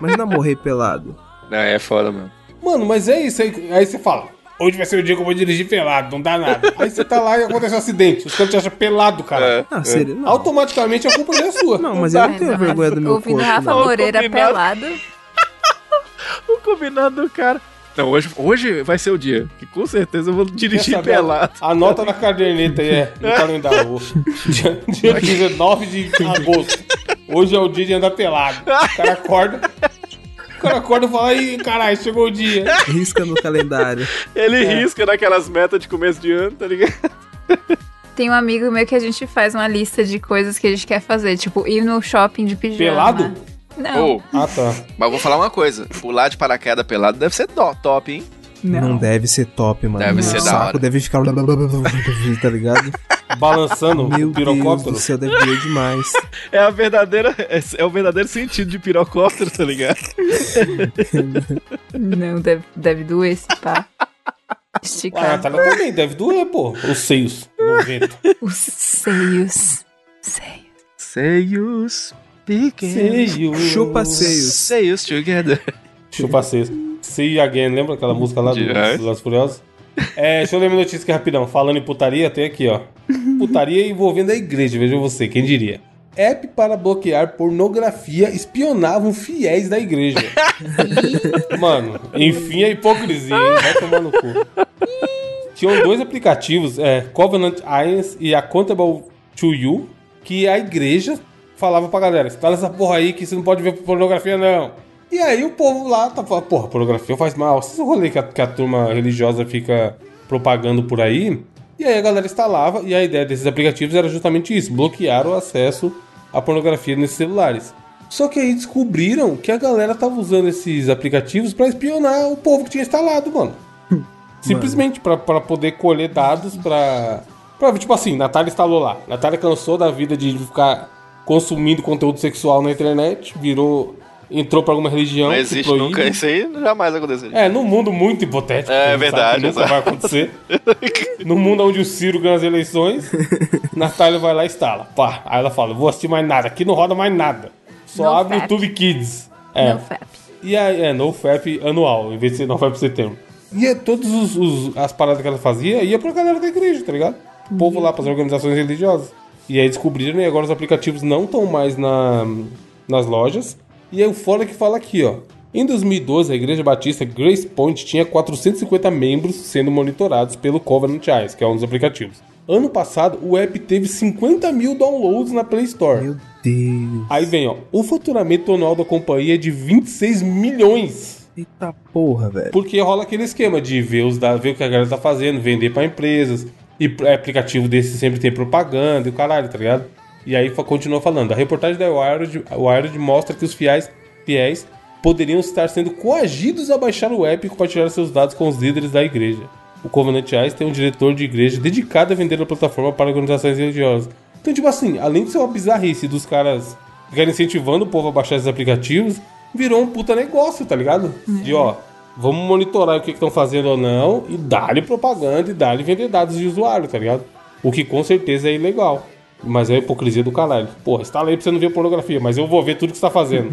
D: Imagina morrer pelado.
C: Não, é foda mesmo.
A: Mano, mas é isso aí. Aí você fala, hoje vai ser o dia que eu vou dirigir pelado, não dá nada. Aí você tá lá e acontece um acidente, os caras te acham pelado, cara.
D: Ah, seria. Não,
A: Automaticamente a culpa já é sua.
D: não mas eu não
B: É,
D: tenho
B: não,
D: vergonha do meu
B: ouvindo
D: corpo.
B: Rafa
D: não.
C: Não,
B: Moreira
C: combinado.
B: pelado.
C: O combinado do cara. Não, hoje, hoje vai ser o dia que com certeza eu vou
A: Quer
C: dirigir
A: saber?
C: pelado.
A: Anota na caderneta aí, é, no calendário. Dia, dia 19 de agosto. Hoje é o dia de andar pelado. O cara acorda. O cara acorda e fala, aí, caralho, chegou o dia.
D: Risca no calendário.
C: Ele risca naquelas metas de começo de ano, tá ligado?
B: Tem um amigo meu que a gente faz uma lista de coisas que a gente quer fazer, tipo ir no shopping de pijama.
A: Pelado?
B: Não.
A: Ah, tá.
C: mas vou falar uma coisa: pular de paraquedas pelado deve ser dó- top, hein?
D: Não.
B: Não.
D: deve ser top, mano.
C: Deve
D: Meu
C: ser da
D: saco
C: hora.
D: deve ficar. tá ligado?
A: Balançando
D: Meu
A: o
D: Deus
A: pirocóptero.
D: do céu, deve doer demais.
C: É a verdadeira, é, é o verdadeiro sentido de pirocóptero, tá ligado?
B: Não, deve, deve doer esse pá.
A: Ah, a
B: Esticar
A: Natália também deve doer, pô. Os seios. 90.
B: os seios. Seios.
C: Seios pequenos.
A: Seios.
D: Chupa seios.
C: Seios together.
A: Chupa seios. See you again. Lembra aquela música lá do,
C: Yes.
A: do Las Furiosas? É, deixa eu ler minha notícia aqui rapidão. Falando em putaria, tem aqui, ó. Putaria envolvendo a igreja, veja você, quem diria. App para bloquear pornografia espionavam fiéis da igreja. Mano, enfim, a hipocrisia, hein? Vai tomar no cu. Tinham dois aplicativos, é, Covenant Irons e Accountable to You, que a igreja falava pra galera: instala essa porra aí que você não pode ver pornografia, não. E aí o povo lá tá falando: porra, pornografia faz mal. Esse é rolê que a, que a turma religiosa fica propagando por aí. E aí a galera instalava, e a ideia desses aplicativos era justamente isso: bloquear o acesso à pornografia nesses celulares. Só que aí descobriram que a galera tava usando esses aplicativos pra espionar o povo que tinha instalado, mano. Simplesmente pra pra poder colher dados pra. pra tipo assim, Natália instalou lá. Natália cansou da vida de ficar consumindo conteúdo sexual na internet, virou. entrou pra alguma religião.
C: Não
A: que
C: existe
A: proíbe.
C: nunca. Isso aí jamais aconteceria.
A: É, num mundo muito hipotético.
C: É
A: a gente sabe
C: verdade,
A: que Nunca
C: exato.
A: vai acontecer. num mundo onde o Ciro ganha as eleições. Natália vai lá e instala. Pá. Aí ela fala: vou assistir mais nada. Aqui não roda mais nada. Só
B: No
A: abre o
B: fap.
A: YouTube Kids. É.
B: No fap.
A: E aí, é, NoFap anual, em vez de ser NoFap setembro. E é, todas os, os- as paradas que ela fazia ia pra galera da igreja, tá ligado? O povo lá, pras organizações religiosas. E aí descobriram, e agora os aplicativos não estão mais na, nas lojas. E aí o fora que fala aqui, ó. Em 2012, a igreja batista Grace Point tinha 450 membros sendo monitorados pelo Covenant Eyes, que é um dos aplicativos. Ano passado, o app teve 50 mil downloads na Play Store.
D: Meu Deus.
A: Aí vem, ó. O faturamento anual da companhia é de 26 milhões.
D: Eita porra, velho.
A: Porque rola aquele esquema de ver, os da- ver o que a galera tá fazendo, vender pra empresas. E pr- é aplicativo desse sempre tem propaganda e o caralho, tá ligado? E aí fa- continua falando. A reportagem da Wired, Wired mostra que os fiéis, fiéis poderiam estar sendo coagidos a baixar o app e compartilhar seus dados com os líderes da igreja. O Covenant Eyes tem um diretor de igreja dedicado a vender a plataforma para organizações religiosas. Então, tipo assim, além de ser uma bizarrice dos caras ficarem incentivando o povo a baixar esses aplicativos, virou um puta negócio, tá ligado? De ó, vamos monitorar o que estão fazendo ou não e dar-lhe propaganda e dar-lhe vender dados de usuário, tá ligado? O que com certeza é ilegal. Mas é a hipocrisia do caralho. Porra, instala aí pra você não ver pornografia, mas eu vou ver tudo que você tá fazendo.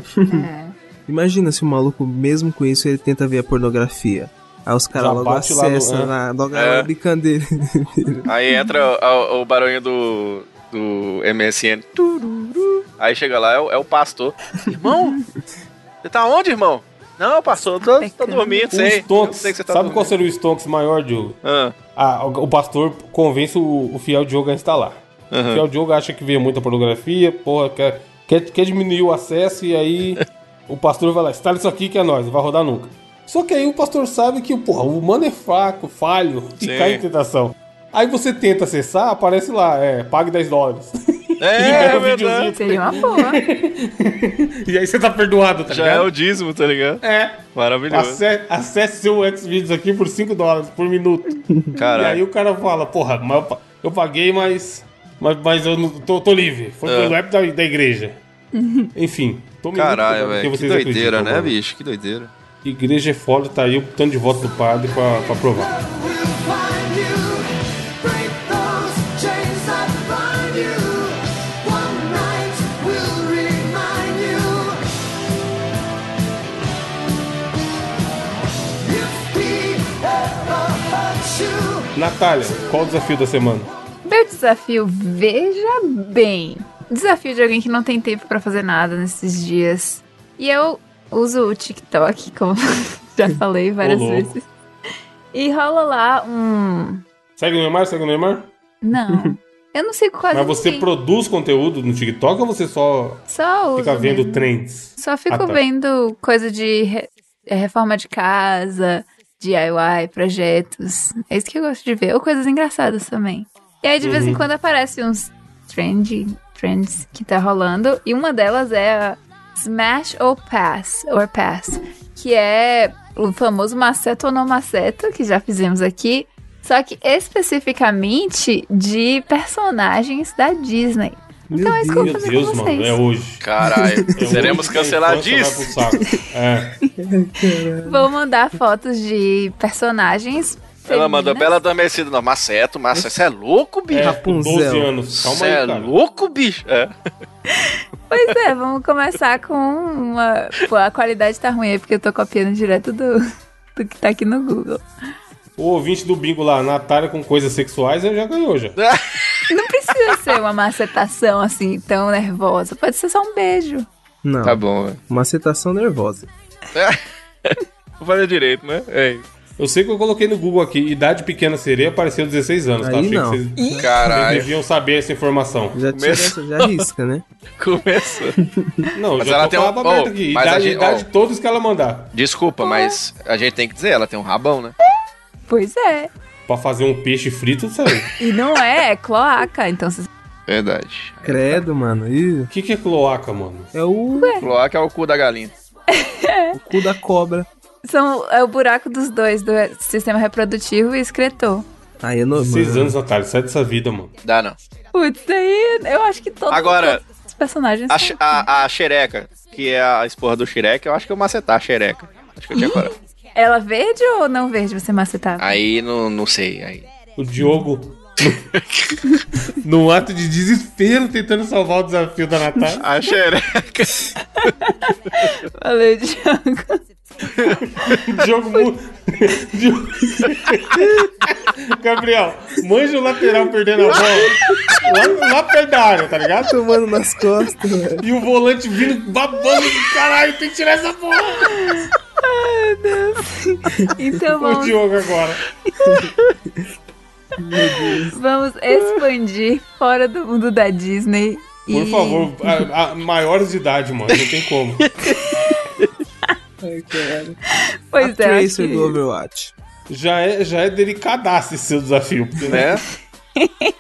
D: Imagina se o maluco, mesmo com isso, ele tenta ver a pornografia. Aí os caras
A: Já
D: logo
A: bate lá no- é.
D: acessam, lá, logo
C: É.
D: é. a dele.
C: Aí entra o, o- o barulho do, do MSN. Tururu. Aí chega lá, é o, é o pastor. Irmão, você tá onde, irmão? Não, pastor, eu tô, tô dormindo,
A: o
C: sei. Eu
A: Stonks,
C: sei que você tá
A: sabe qual
C: dormindo.
A: seria o Stonks maior, Diogo?
C: Ah,
A: Ah, o o pastor convence o, o fiel Diogo a instalar. O fiel Diogo acha que vê muita pornografia, porra, quer, quer, quer diminuir o acesso e aí o pastor vai lá, instala isso aqui que é nóis, não vai rodar nunca. Só que aí o pastor sabe que, porra, o humano é fraco, falho, e
C: Sim.
A: cai em tentação. Aí você tenta acessar, aparece lá, é, pague 10 dólares.
C: é,
A: Libera
C: é
A: o videozinho.
C: verdade.
B: Seria uma boa.
A: e aí você tá perdoado, tá
C: Já é
A: ligado?
C: o dízimo, tá ligado?
A: É,
C: Maravilhoso.
A: acesse, acesse seu Xvideos aqui por 5 dólares por minuto. E aí
C: Caralho.
A: o cara fala, porra, mas eu pa- eu paguei, mas. Mas, mas eu não, tô, tô livre. Foi
C: É.
A: pelo app da, da igreja. Enfim, tô me irritando,
C: Caralho,
A: porque
C: velho. Que
A: vocês
C: doideira,
A: acreditam,
C: né,
A: mano.
C: bicho? Que doideira.
A: Igreja é foda, tá aí o tanto de voto do padre pra, pra provar.
E: We'll find you, break those chains that bind you. One night will remind you. If he ever hurts you.
A: Natália, qual o desafio da semana?
B: Meu desafio, veja bem. Desafio de alguém que não tem tempo pra fazer nada nesses dias. E eu uso o TikTok, como já falei várias
A: Ô, louco.
B: vezes. E rola lá um.
A: Segue o Neymar, segue o Neymar.
B: Não. Eu não sigo quase
A: Mas você
B: ninguém.
A: produz conteúdo no TikTok ou você só
B: Só
A: fica
B: uso né?
A: vendo
B: mesmo.
A: trends?
B: Só fico
A: Ah, tá.
B: vendo coisa de re- é, reforma de casa, DIY, projetos. É isso que eu gosto de ver. Ou coisas engraçadas também. E aí, de vez
A: Uhum.
B: em quando, aparece uns trend, trends que tá rolando. E uma delas é a Smash ou Pass, or Pass, que é o famoso maceta ou não maceta, que já fizemos aqui. Só que especificamente de personagens da Disney.
D: Meu
B: Então é isso que eu
A: Meu
B: vou fazer com
A: Deus,
B: vocês.
A: mano, é hoje.
C: Caralho.
A: É hoje
C: Seremos
A: que a
C: cancelados
A: infância
C: disso?
A: vai pro saco. É.
B: Vou mandar fotos de personagens.
C: Ela
B: femininas.
C: mandou bela adormecida. Não, maceto, maceto. Você é louco, bicho?
A: é com 12
D: Rapunzel.
A: anos. Calma
C: Você é
A: aí, cara.
C: louco, bicho? É.
B: Pois é, vamos começar com uma. Pô, a qualidade tá ruim aí, porque eu tô copiando direto do, do que tá aqui no Google.
A: O ouvinte do bingo lá, Natália com coisas sexuais, aí já ganhou já.
C: É.
B: Não precisa ser uma macetação assim, tão nervosa. Pode ser só um beijo.
D: Não,
C: Tá bom, velho.
D: uma aceitação nervosa.
C: É. Vou fazer direito, né? É.
A: Eu sei que eu coloquei no Google aqui, idade pequena sereia apareceu 16 anos, tá?
D: Aí
A: Achei
D: não.
A: que vocês
C: Caralho.
A: deviam saber essa informação.
D: Já tira
C: Começa-
D: essa, já arrisca, né?
C: Começou.
A: Não,
C: Mas
A: já
C: ela
A: tô
C: tem
A: com a
C: um-
A: aba aberta
C: oh,
A: aqui.
C: mas a
A: Idade,
C: gente-
A: idade
C: oh.
A: todos que ela mandar.
C: Desculpa, mas a gente tem que dizer, ela tem um rabão, né?
B: Pois é.
A: Pra fazer um peixe frito, sabe?
B: E não é, é cloaca. Então vocês.
C: Verdade.
D: Credo, mano. Ih,
A: O que, que é cloaca, mano?
D: é o
C: Cloaca é o cu da galinha.
D: cu da cobra.
B: São, é o buraco dos dois, do sistema reprodutivo e excretor.
D: Aí é normal.
A: 16 anos, Natália, sai dessa vida, mano.
C: Dá não.
B: Putz, aí eu acho que todos,
C: Agora,
B: todos os personagens.
C: A,
B: são
C: xe- a, a xereca, que é a esporra do xereca, eu acho que eu macetar a xereca. Acho que eu tinha coragem.
B: assim. Ela verde ou não verde você macetava?
C: Aí não, não sei. Aí.
A: O Diogo Num ato de desespero, tentando salvar o desafio da Natália.
C: A xereca.
B: Valeu, Diogo.
A: Diogo. Mu... Diogo... Gabriel, manja o lateral perdendo a bola. Lá, lá perto da área, tá ligado?
D: Tomando nas costas, velho.
A: E o volante vindo babando caralho, tem que tirar essa porra.
B: Ai, Deus. Então
A: O
B: vamos,
A: Diogo agora.
B: vamos expandir fora do mundo da Disney.
A: Por
B: e-
A: favor, a, a- maiores de idade, mano. Não tem como.
D: Ai, caralho.
B: Pois é, acho
D: Tracer
B: que-
D: do Overwatch.
A: Já é, já é delicadaço esse seu desafio. porque, né?
C: né?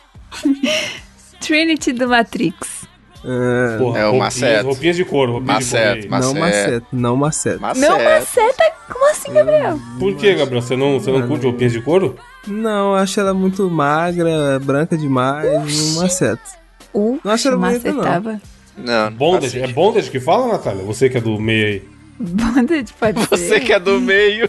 B: Trinity do Matrix.
D: Ah,
A: Porra,
C: É o
A: roupinhas-
C: Maceto.
A: Roupinhas de couro, roupinhas de
C: Maceto,
A: couro.
D: não
C: Maceta.
D: maceta, não maceta.
C: Mas
B: Não,
C: é.
B: maceta? Como assim, Gabriel?
A: Por que, Gabriel? Você não, você não curte roupinhas de couro?
D: Não, eu acho ela muito magra, branca demais, não maceta.
B: Uh,
D: Não acho ela bonita, não.
B: macetava.
C: Não,
A: Bondage, é
C: Macete.
A: bondage que fala, Natália? Você que é do meio aí.
B: Bondage pode
C: Você
B: ser.
C: que é do meio.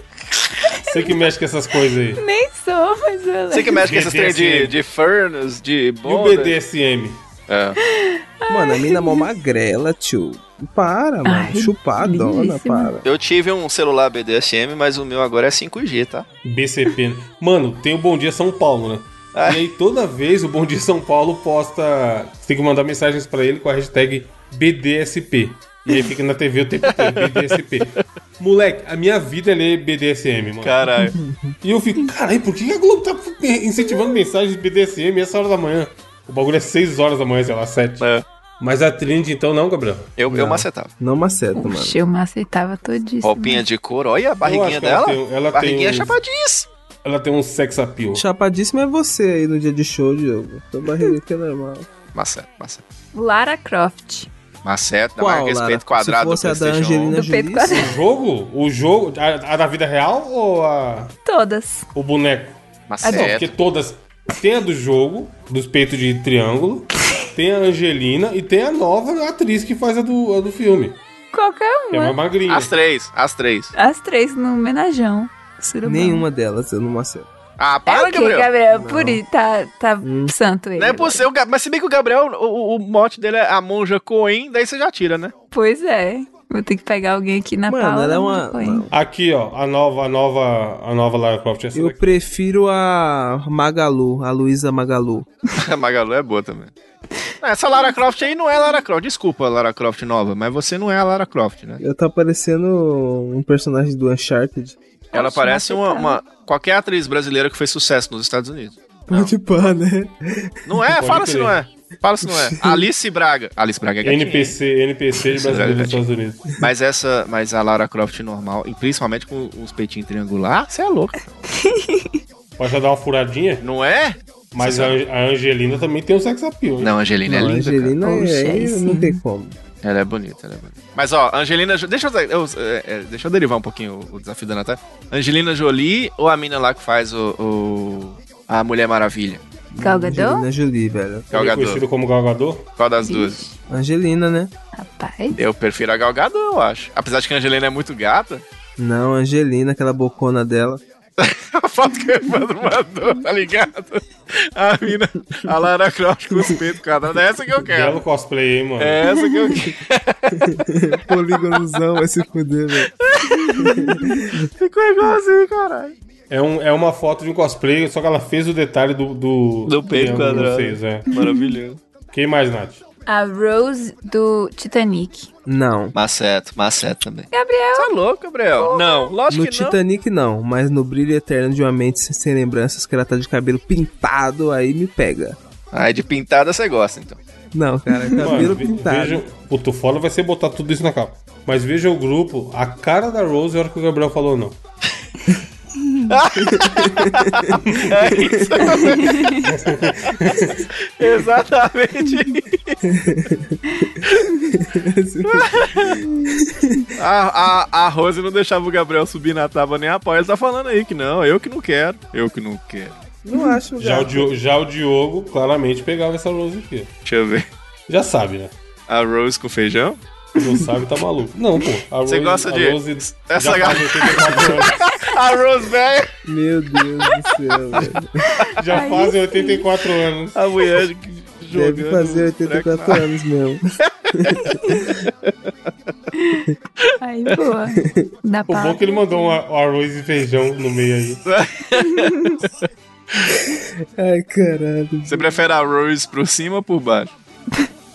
A: Você que mexe com essas coisas aí.
B: Nem sou, mas eu
C: Você que mexe com essas trem de, de Furnace, de
A: E o
C: Bonda.
A: BDSM?
C: É.
D: Mano, a mina é mó magrela, tio. Para, mano.
B: Ai,
D: Chupar a dona,
B: lindíssima.
D: para.
C: Eu tive um celular BDSM, mas o meu agora é 5G, tá?
A: BCP. né? Mano, tem o Bom Dia São Paulo, né?
C: Ah.
A: E aí toda vez o Bom Dia São Paulo posta. Você tem que mandar mensagens pra ele com a hashtag BDSP. E aí fica na TV o tempo inteiro, BDSP. Moleque, a minha vida ela é BDSM, mano.
C: Caralho.
A: E eu fico, caralho, por que a Globo tá incentivando mensagens de BDSM essa hora da manhã? O bagulho é 6 horas da manhã, sei lá, 7.
C: É.
A: Mas a Trinity então não, Gabriel?
C: Eu, eu macetava.
D: Não maceta, mano.
B: Puxa, eu macetava todíssimo.
C: Roupinha de couro, olha a barriguinha
A: que ela
C: dela.
A: tem- ela tem
C: barriguinha
A: um-
C: chapadinha.
A: Ela tem um sex appeal.
D: Chapadíssimo é você aí no dia de show, Diogo. Tô barriga que é normal.
C: Maceta, maceta.
B: Lara Croft.
C: Maceta,
D: Qual,
C: marca esse
D: Lara?
C: peito quadrado
D: Se fosse
C: do
D: a da
C: PlayStation um.
D: Angelina
B: Do peito
D: Jolie,
B: quadrado.
A: O jogo? O jogo? A, a da vida real ou a,
B: Todas.
A: o boneco?
C: 1.
A: Ah, Não,
C: Maceta.
A: É porque todas. Tem a do jogo, dos peitos de triângulo, tem a Angelina e tem a nova atriz que faz a do, a do filme.
B: Qualquer
A: Que é
B: uma.
A: mais magrinha.
C: As três, as três.
B: As três no homenajão. Surubão.
D: Nenhuma delas eu não maceto.
C: Ah,
B: É
C: para,
B: o que,
C: Gabriel.
B: Gabriel? Por aí, tá, tá santo ele.
C: Não é possível, Gab- mas se bem que o Gabriel, o, o- o mote dele é a monja Coen, daí você já tira, né?
B: Pois é. Vou ter que pegar alguém aqui na
D: Mano,
B: Paula,
D: ela é
B: não
D: uma.
B: ficou aí.
D: mano,
A: Aqui, ó, a nova, a nova, a nova Lara Croft. Essa
D: eu
A: daqui.
D: prefiro a Magalu, a Luísa Magalu.
C: A Magalu é boa também. Não, Essa Lara Croft aí não é Lara Croft. Desculpa, Lara Croft nova, mas você não é a Lara Croft, né?
D: Eu tá parecendo um personagem do Uncharted.
C: Ela
B: Nossa,
C: parece
B: mas
C: uma,
B: tá.
C: uma- qualquer atriz brasileira que fez sucesso nos Estados Unidos.
D: Pode pá, né?
C: Não é?
A: Pode
C: Fala se
A: crer.
C: não é. Fala se não é. Alice Braga. Alice Braga é gatinha, hein?
A: NPC, NPC de brasileiro dos Estados Unidos.
C: Mas essa, mas a Lara Croft normal, e principalmente com os peitinhos triangular, você é louco.
A: Pode já dar uma furadinha?
C: Não é?
A: Mas
C: Você
A: a,
C: sabe.
A: a Angelina também tem um sex appeal. hein?
C: Não, a Angelina é
D: Não, a
C: linda, cara.
D: Angelina
B: Poxa,
D: é,
B: aí
D: não
B: sim.
D: tem como.
C: Ela é bonita, ela é bonita. Mas ó, Angelina Jo- Deixa eu, eu- é, é, deixa eu derivar um pouquinho o, o desafio da Natália. Angelina Jolie ou a mina lá que faz o. o- a Mulher Maravilha?
B: Gal Gadot?
D: Angelina é Jolie, velho.
A: Também
C: Galgador.
A: conhecido é como Galgador.
C: Qual das duas?
D: Angelina, né?
B: Rapaz.
C: Eu prefiro a Galgador, eu acho. Apesar de que a Angelina é muito gata.
D: Não, Angelina, aquela bocona dela.
C: A foto que o Evandro mandou, tá ligado? A mina, a Lara Croft com os peitos quadrados. É essa que eu
A: Belo
C: quero.
A: cosplay, hein, mano.
C: É essa que eu quero.
D: Poligonozão vai se fuder, velho.
C: Ficou igualzinho, caralho.
A: É, um, é uma foto de um cosplay, só que ela fez o detalhe do. Do,
C: Do peito
A: triângulo
C: quadrado.
A: seis, é.
C: Maravilhoso.
A: Quem mais, Nath?
B: A Rose do Titanic.
D: Não.
C: Maceto, maceto também.
B: Gabriel.
C: Você é louco, Gabriel? Não, lógico
D: No
C: que não.
D: Titanic não, mas no Brilho Eterno de uma Mente Sem- Sem Lembranças, que ela tá de cabelo pintado, aí me pega.
C: Ah, de pintada você gosta, então.
D: Não, cara, cabelo
A: ve-
D: pintado.
A: Veja, um- puto foda vai ser botar tudo isso na capa. Mas veja o grupo, a cara da Rose é a hora que o Gabriel falou, não.
C: É isso. Exatamente. a, a, a Rose não deixava o Gabriel subir na tábua nem a pau. Ele tá falando aí que não, eu que não quero. Eu que não quero.
D: Não acho, um
A: Já o,
D: gato.
A: Diogo, já o Diogo claramente pegava essa Rose aqui.
C: Deixa eu ver.
A: Já sabe, né?
C: A Rose com feijão?
A: Não sabe, tá maluco. Não, pô. A
C: Você
A: Rose-
C: gosta
A: a
C: de-
A: Rose
C: essa
A: já,
C: gar-
A: faz 84 anos,
C: A Rose, velho.
D: Meu Deus do céu, velho.
A: já fazem 84 anos.
C: A mulher
D: Deve fazer 84 anos mesmo.
B: Aí, boa. Dá
A: O
B: pra.
A: bom é que ele mandou um a- um arroz e feijão no meio aí.
D: Ai, caralho.
C: Você prefere a Rose por cima ou por baixo?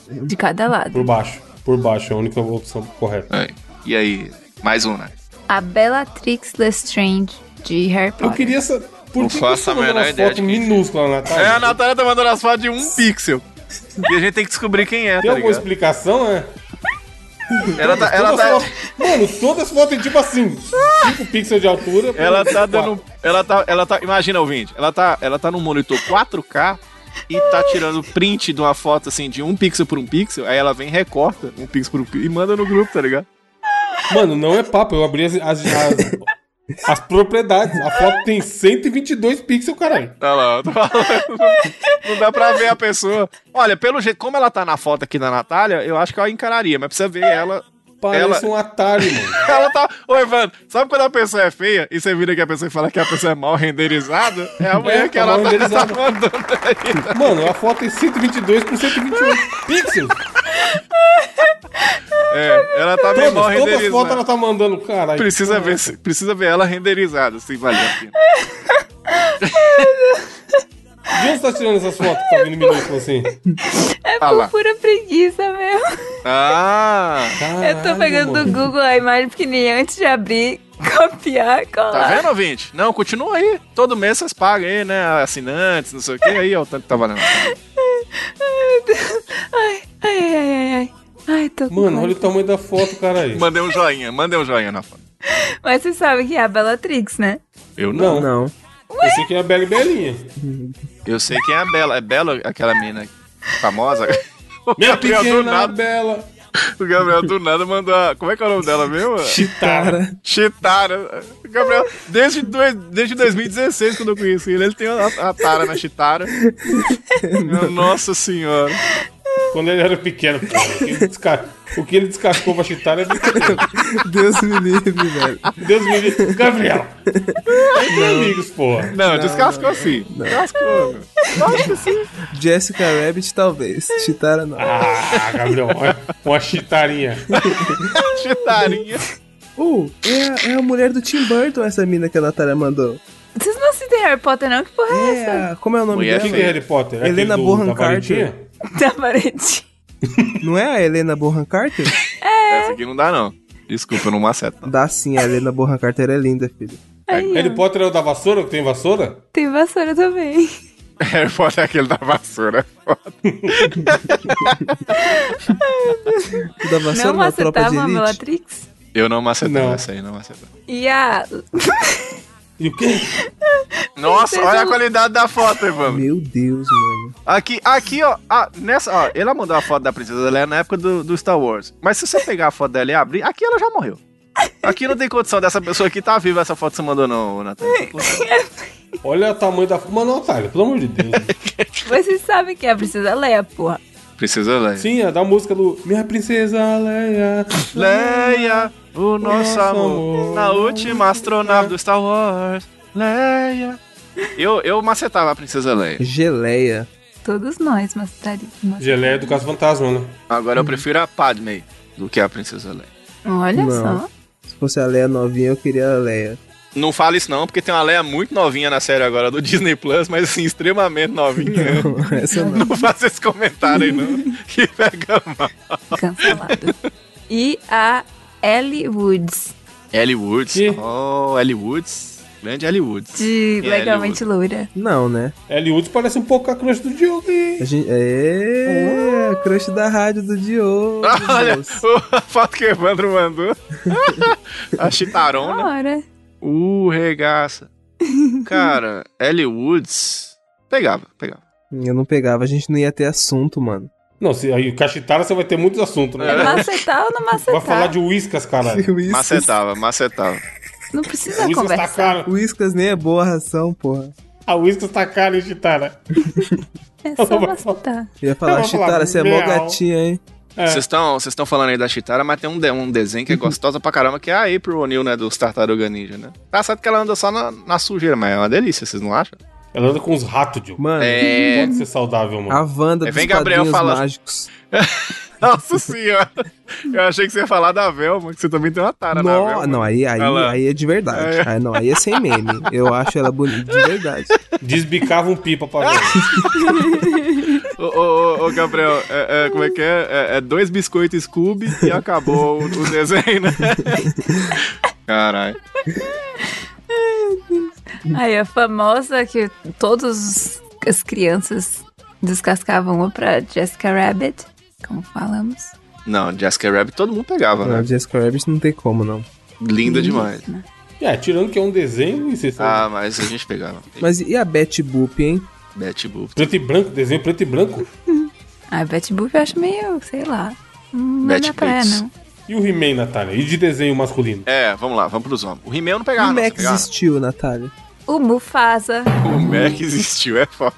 B: De cada lado.
A: Por baixo. Por baixo, é a única opção correta.
C: Aí. E aí? Mais um, né?
B: A Bellatrix Lestrange de Harry Potter.
A: Eu queria saber. Por
C: Não
A: que, que
C: faço
A: você
C: a
A: mandou
C: menor
A: uma
C: ideia
A: foto
C: de quem
A: minúscula, Natália?
C: É, a Natália tá mandando as fotos de um pixel. E a gente tem que descobrir quem é,
A: Tem
C: tá
A: alguma
C: ligado?
A: explicação, é?
C: Ela tá, ela
A: Todas
C: tá,
A: as fotos- Mano, todas as fotos têm tipo assim, 5 pixels de altura. por
C: ela tá
A: quatro.
C: dando. Ela tá, ela tá. Imagina, ouvinte. Ela tá, ela tá num monitor 4K e tá tirando print de uma foto assim de um pixel por um pixel. Aí ela vem, recorta um pixel por um pixel e manda no grupo, tá ligado?
A: Mano, não é papo, eu abri as, as, as- as propriedades. A foto tem 122 pixels, caralho.
C: Tá lá, eu tô falando. Não dá pra ver a pessoa. Olha, pelo jeito, como ela tá na foto aqui da Natália, eu acho que ela encararia, mas precisa ver ela.
A: Parece um atalho, mano.
C: Ela tá. Ô, Evandro, sabe quando a pessoa é feia e você vira que a pessoa e fala que a pessoa é mal renderizada? É a mulher
A: É,
C: que
A: tá
C: ela
A: mal
C: tá, tá
A: renderizada.
C: mandando aí.
A: Mano, a foto tem 122 por 128 pixels.
C: É, ela tá
A: Todas,
C: bem mal
A: todas as fotos
C: renderizada.
A: ela tá mandando, caralho.
C: Precisa ver, se- precisa ver ela renderizada, se valer a pena.
A: De onde você tá tirando essas fotos que tá vindo minúsculo assim?
B: É
C: Ah
B: por
C: lá.
B: pura preguiça mesmo.
C: Ah!
B: eu tô
A: Caralho,
B: pegando
A: mano.
B: do Google a imagem pequenininha antes de abrir, copiar,
C: Tá
B: colar.
C: vendo, ouvinte? Não, continua aí. Todo mês vocês pagam aí, né? Assinantes, não sei o que. Aí, ó, o tanto que tá valendo.
B: Ai, meu Deus. Ai, ai, ai, ai, ai. Ai, tô com
A: Mano,
B: cólica.
A: olha o tamanho da foto, caralho.
C: Mandei um joinha, mandei um joinha na foto.
B: Mas você sabe que é a Bellatrix, né?
C: Eu não.
A: Não,
D: Não.
A: eu sei que é a Bela e Belinha.
C: Eu sei quem é a Bela. É Bela aquela menina famosa? O
A: Minha
C: Gabriel do
A: pequena
C: nada.
A: Bela.
C: O Gabriel do nada mandou. a- Como é que é o nome dela mesmo?
A: Chitara.
C: Chitara. O Gabriel, desde, dois, desde 2016, quando eu conheci ele, ele tem a, a tara na Chitara. Meu Nossa senhora.
A: Quando ele era pequeno, porra, o que ele desca- o que ele descascou pra Chitara é brincadeira.
D: Deus me livre, velho.
A: Deus me livre. Gabriel. Ele tem amigos, porra.
C: Não, descascou sim. Descascou. meu.
D: Jessica Rabbit, talvez. Chitara, não.
A: Ah, Gabriel, uma, uma chitarinha.
C: Chitarinha.
D: Uh, é a, é a mulher do Tim Burton, essa mina que a Natália mandou.
B: Vocês não assistem Harry Potter, não? Que porra é essa?
D: É, a- como é o nome
C: Mulher
A: Quem que
D: dela?
A: é Harry Potter? Aquele
D: Helena
A: do-
D: Bonham
A: da
D: Carter.
A: varetinha?
B: Da parede.
D: Não é a Helena Bonham Carter?
C: Essa aqui não dá, não. Desculpa, eu não maceta. não.
D: Dá sim, a Helena Bonham Carter é linda, filho.
B: Aí,
A: Harry
B: ó,
A: Potter é o da vassoura, que tem vassoura?
B: tem vassoura também.
C: Harry Potter é aquele da vassoura.
D: Tu dá vassoura
B: Não tá,
D: na tropa
B: macetava
D: de
B: a
D: elite?
B: Bellatrix?
C: Eu não macetava
A: Não.
C: essa aí, não macetava.
B: E a...
A: E o quê?
C: Nossa, olha a qualidade da foto, Evandro.
D: Meu Deus, mano.
C: Aqui, aqui, ó. ah, nessa, ó, ela mandou a foto da Princesa Leia na época do, do Star Wars. Mas se você pegar a foto dela e abrir, aqui ela já morreu. Aqui não tem condição dessa pessoa aqui tá viva, essa foto que você mandou, não, Natan.
A: Olha o tamanho da. Mano, Natália, pelo amor de Deus.
B: Vocês sabem que é a Princesa Leia, porra.
C: Princesa Leia.
A: Sim, é da música do Minha Princesa Leia.
C: Leia, o nosso
A: Nosso
C: amor,
A: amor.
C: na última astronave do Star Wars. Leia. Eu, eu macetava a Princesa Leia.
D: É Geleia.
B: Todos nós macetaríamos.
A: Geleia é do Caso Fantasma, né?
C: Agora eu prefiro a Padme do que a Princesa Leia.
B: Olha
D: Não.
B: só.
D: Se fosse a Leia novinha, eu queria a Leia.
C: Não fala isso não, porque tem uma Leia muito novinha na série agora do Disney Plus, mas assim, extremamente novinha. Não,
D: Essa não.
C: faça esse comentário aí não, que pega mal.
B: Cancelado. e a Ellie Woods,
C: Ellie Woods.
A: Que?
C: Oh, Ellie Woods. Grande Ellie Woods.
B: de
C: E a
B: Legalmente Loira.
D: Não, né?
A: Ellie Woods parece um pouco a crush do Diogo.
D: A
A: hein?
D: gente... É, crush da rádio do Diogo.
C: Olha,
D: moço.
C: a foto que o Evandro mandou. a né? Chitarona.
B: Na hora.
C: Uh, regaça. Cara, Ellie Woods. Pegava, pegava.
D: Eu não pegava, a gente não ia ter assunto, mano.
A: Não, se, aí o Cachitara você vai ter muitos assuntos, né?
B: É macetar ou não
A: Vai
B: macetar?
D: tá.
A: falar de whiskas, caralho.
D: Whiskas,
C: Macetava, macetava.
B: Não precisa
A: A whiskas tá
B: conversar.
A: cara.
D: Whiskas nem é boa a ração, porra.
A: A whiskas tá cara, hein, Chitara?
B: É só
A: Ela vai
B: macetar.
D: Eu ia
A: Eu
D: falar,
A: vou falar,
D: Chitara, você é mó
A: miau.
D: gatinha, hein?
A: É.
C: Vocês estão vocês estão falando aí da Chitara, mas tem um, de- um desenho que é gostosa pra caramba, que é a April O'Neil, né? Dos Tartaruga Ninja, né? Tá certo que ela anda só na, na sujeira, mas é uma delícia, vocês não acham?
A: Ela anda com uns ratos, Diogo.
D: Mano,
C: É.
A: Pode ser saudável, mano.
D: a Wanda
C: É,
D: dos
C: vem, Gabriel,
D: quadrinhos
C: fala.
D: mágicos.
C: Nossa senhora! Eu achei que você ia falar da Velma, que você também tem uma tara na
D: Não,
C: Velma.
D: não, aí, aí,
C: Olha lá.
D: aí é de verdade.
C: É.
D: Aí, não, aí é sem meme. Eu acho ela bonita de verdade.
A: Desbicava um pipa pra ver.
C: Ô, ô, ô, ô, Gabriel, é, é, como é que é? É, é dois biscoitos Scooby e acabou o, o desenho, né? Caralho.
B: Aí a famosa que todas as crianças descascavam uma pra Jessica Rabbit, como falamos.
C: Não, Jessica Rabbit todo mundo pegava,
D: Não,
C: né?
D: Jessica Rabbit não tem como, não.
C: Linda demais.
A: é, tirando que é um desenho, e vocês sabem.
C: Ah, mas a gente pegava.
D: Mas e a Betty Boop, hein?
C: Betty Boop.
A: Preto e branco, desenho preto e branco.
B: A Betty Boop eu acho meio, sei lá, não é
C: Betty
B: minha praia
C: Boop.
B: não.
A: E o He-Man, Natália? E de desenho masculino?
C: É, vamos lá, vamos pros homens. O He-Man eu não pegava,
D: o
C: não. você
D: Max
C: pegava?
D: Steel, Natália.
B: O Mufasa.
C: O Mac existiu, é foda.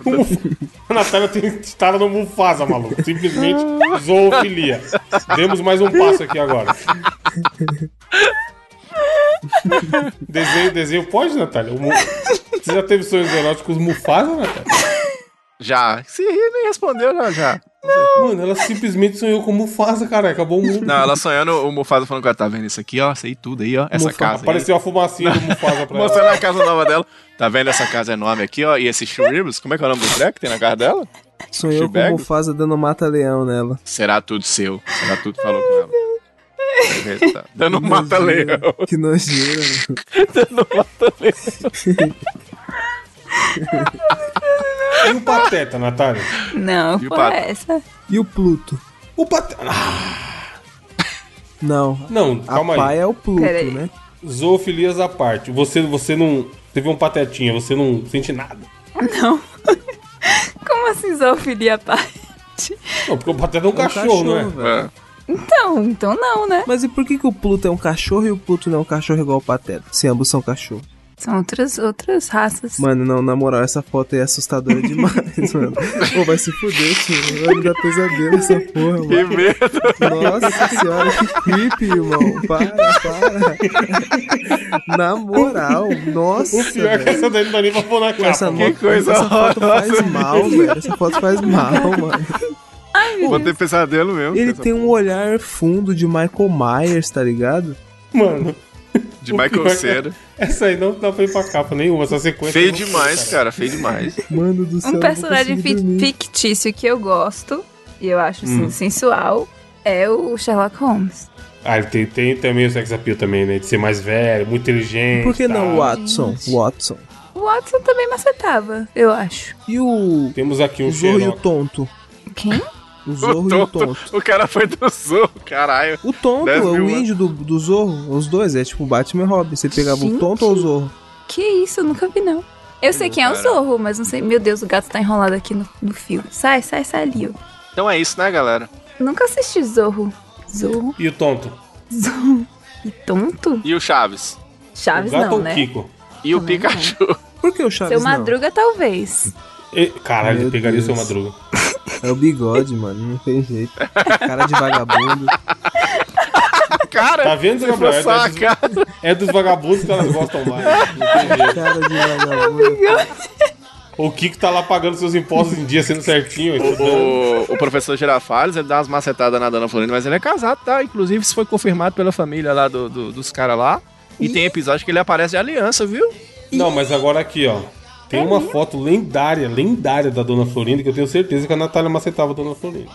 A: A Natália tem estava no Mufasa, maluco. Simplesmente zoofilia. Demos mais um passo aqui agora. desenho, desenho pode, Natália? O Mu- Você já teve sonhos eróticos Mufasa, Natália?
C: Já. Se ri, nem respondeu, já, já.
A: Mano, ela simplesmente sonhou com Mufasa, cara. Acabou o mundo.
C: Não, ela sonhando, o Mufasa falando que ela tá vendo isso aqui, ó, sei tudo aí, ó, essa
A: Mufasa.
C: casa. aí.
A: Apareceu a fumacinha do Mufasa pra ela.
C: Mostrando a casa nova dela. Tá vendo essa casa enorme aqui, ó? E esse Shuribus, como é que é o nome do treco que tem na casa dela?
D: Sonhou com
C: Chewbacca?
D: o Mufasa dando mata-leão nela.
C: Será tudo seu. Será tudo falou com ela. Eita, Dando um mata-leão.
D: Que nojeira, né? mano.
C: Dando um mata-leão.
A: E o Pateta, Natália?
B: Não,
C: E o
B: porra
C: Pato?
B: é essa?
D: E o Pluto?
A: O Pateta... Ah,
D: Não.
A: não,
D: A
A: calma aí.
D: pai é o Pluto,
B: Pera aí.
D: né?
A: Zoofilias à parte. Você, você não... Teve um patetinha, você não sente nada.
B: Não. como assim zoofilia à parte?
A: Não, porque o Pateta é um,
D: É um
A: cachorro, não é?
C: né?
D: velho.
C: Ah.
B: Então, então não, né?
D: Mas e por que, que o Pluto é um cachorro e o Pluto não é um cachorro igual o Pateta? Se ambos são cachorros.
B: São outras, outras raças.
D: Mano, não, na moral, essa foto aí é assustadora demais, mano. Pô, vai se fuder, tio. Vai me dar pesadelo essa porra,
C: Que
D: mano.
C: medo.
D: Nossa senhora, que creepy, irmão. Para, para. Na moral, nossa.
A: O pior é que
D: velho.
A: essa daí não dá nem pra pôr na capa.
D: Essa,
A: mano.
D: mo-
C: coisa
D: essa foto
C: horrorosa.
D: faz mal, velho. Essa foto faz mal, mano.
C: Vou ter pesadelo mesmo.
D: Ele tem um olhar fundo de Michael Myers, tá ligado?
A: Mano,
C: De
A: o pior
C: Michael
A: é-
C: Cera.
A: Essa aí não dá pra ir pra capa nenhuma, essa sequência.
C: Feio
A: não foi,
C: demais, cara. Feio demais.
D: Mano do céu. eu
B: Um
D: não vou
B: personagem
D: conseguir
B: fi-
D: dormir.
B: fictício que eu gosto, e eu acho assim,
C: Hum.
B: sensual, é o Sherlock Holmes.
A: Ah, ele tem, tem também o sex appeal também, né? De ser mais velho, muito inteligente.
D: Por que
A: tá?
D: não Watson? Watson.
B: O Watson também macetava, eu acho.
D: E o,
A: Temos aqui um
D: o Zorro e
A: Sherlock.
D: o Tonto?
B: Quem?
D: O Zorro e o Tonto.
C: O cara foi do Zorro, caralho.
D: O Tonto, é
C: 10 mil né?
D: o
C: anos.
D: índio do, do Zorro, os dois, é tipo Batman e Robin. Você pegava
B: Gente.
D: o Tonto ou o Zorro?
B: Que isso, eu nunca vi não. Eu sei quem é o
C: cara.
B: Zorro, mas não sei. Meu Deus, o gato tá enrolado aqui no, no fio. Sai, sai, sai ali. ó.
C: Então é isso, né, galera?
B: Nunca assisti Zorro. Zorro,
A: E o tonto?
B: Zorro. E tonto?
C: E o Chaves?
A: O
B: Chaves
A: gato
B: não,
A: ou o
B: né?
A: Kiko?
C: E o
B: Também não.
C: Pikachu?
D: Por que o Chaves
B: Seu
D: não?
B: Madruga, talvez.
A: E, caralho,
D: Meu
A: ele pegaria o seu
D: Deus.
A: madruga.
D: É o bigode, mano. Não tem jeito. Cara de vagabundo.
C: Cara,
A: Tá vendo,
C: você
A: Gabriel?
C: forçou a cara.
A: É dos vagabundos que elas gostam mais. Não tem jeito.
D: Cara de vagabundo.
A: O Kiko tá lá pagando seus impostos em dia, sendo certinho. estudando.
C: O, o professor Girafales, ele dá umas macetadas na Dana Florinda, mas ele é casado, tá? Inclusive, isso foi confirmado pela família lá do- do- dos caras lá. E tem episódio que ele aparece de aliança, viu?
A: Não, mas agora aqui, ó. Tem uma foto lendária, lendária da Dona Florinda, que eu tenho certeza que a Natália macetava a Dona Florinda.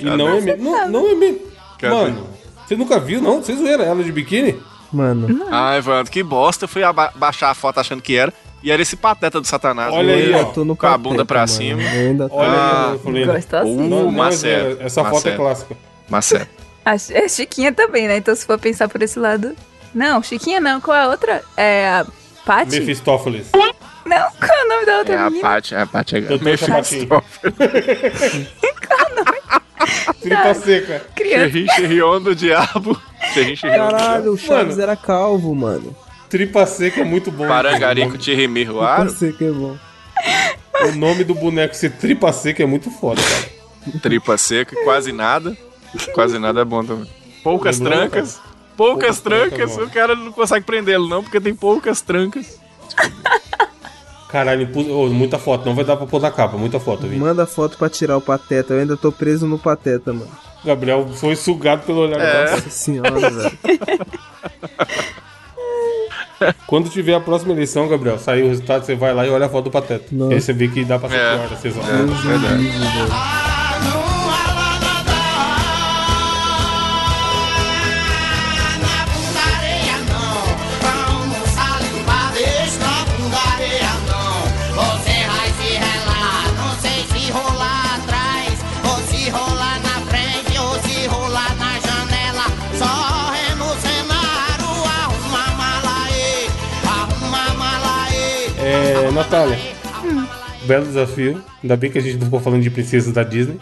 A: e não é mesmo. Não, não é mesmo.
C: Cadê?
A: Mano, você nunca viu, não? Vocês viram ela de biquíni?
D: Mano,
C: Ai, Ah, Evandro, que bosta. Eu fui aba- baixar a foto achando que era. E era esse pateta do satanás.
A: Olha aí,
D: eu
A: ó.
D: ainda tô no
C: Com a
D: capeta,
C: bunda pra
D: mano.
C: cima.
D: Eu ainda tô.
A: Olha aí a
C: Ah,
A: Dona Florinda.
B: Gosto assim.
C: Uh,
A: Não, não é
C: maceta,
A: zoeira. Essa foto é
C: maceta.
A: clássica.
C: Maceta.
B: A Chi- é Chiquinha também, né? Então se for pensar por esse lado. Não, Chiquinha não. Qual a outra? É a Paty?
A: Mephistófeles.
B: Não, qual é o nome da
C: É
B: outra
C: a
B: menina?
C: parte, a parte é
A: Eu tenho sapatinho. Tripa seca.
B: Criança.
C: Xerrim, xerrion do diabo. Xerrim, xerrion do diabo.
D: Caralho, o Chaves
A: Mano.
D: era calvo, mano.
A: Tripa seca é muito bom.
C: Parangarico, xerrimir,
D: Eu
C: roaro.
D: sei que é bom.
A: O nome do boneco ser tripa seca é muito foda, cara.
C: tripa seca, quase nada. Quase nada é bom também. Poucas
A: Lembrou,
C: trancas. Poucas
A: Poucas trancas,
C: trancas,
A: mano.
C: o cara não consegue prendê-lo, não, porque tem poucas trancas.
A: Caralho, pu- ô, muita foto. Não vai dar pra pôr na capa. Muita foto, Vini.
D: Manda foto pra tirar o pateta. Eu ainda tô preso no pateta, mano.
A: Gabriel foi sugado pelo olhar
C: É.
A: dela.
D: Nossa senhora, velho.
A: Quando tiver a próxima eleição, Gabriel, sair o resultado, você vai lá e olha a foto do Pateta.
D: Nossa.
A: Aí você vê que dá pra ser
C: É.
A: pior a sessão.
C: É, verdade.
A: É, Natália, belo desafio. Ainda bem que a gente não ficou falando de princesas da Disney.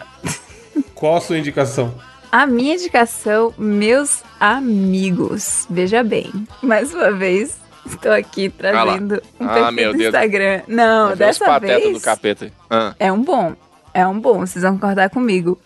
A: Qual a sua indicação?
B: A minha indicação, meus amigos, veja bem, mais uma vez estou aqui
C: lá.
B: trazendo um
C: Ah,
B: perfil
C: meu
B: do
C: Deus.
B: Instagram. Não,
C: Vai ver os
B: dessa
C: patetas
B: vez
C: do capeta. aí. Ah,
B: é um bom, é um bom, vocês vão concordar comigo.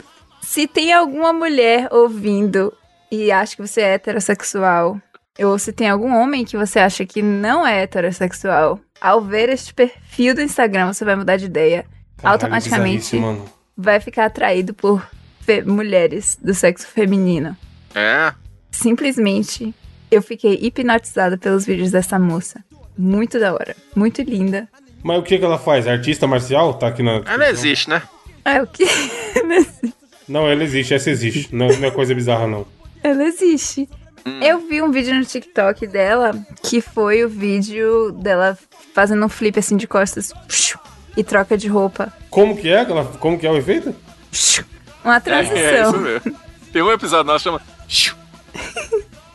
B: Se tem alguma mulher ouvindo e acha que você é heterossexual, ou se tem algum homem que você acha que não é heterossexual, ao ver este perfil do Instagram, você vai mudar de ideia. Automaticamente.
A: bizarrice, mano.
B: Vai ficar atraído por fe- mulheres do sexo feminino.
C: é.
B: Simplesmente eu fiquei hipnotizada pelos vídeos dessa moça. Muito da hora, muito linda.
A: Mas o que, que ela faz? É Artista marcial? Tá aqui na.
C: Ela existe, né?
B: É o que?
A: Não, ela existe, essa existe. Não, não é coisa bizarra, não.
B: Ela existe.
C: Hum.
B: Eu vi um vídeo no TikTok dela que foi o vídeo dela fazendo um flip assim de costas psiu, e troca de roupa.
A: Como que é? aquela- Como que é o efeito?
B: psiu, Uma transição.
C: É isso mesmo. Tem um episódio nosso que chama. Xiu.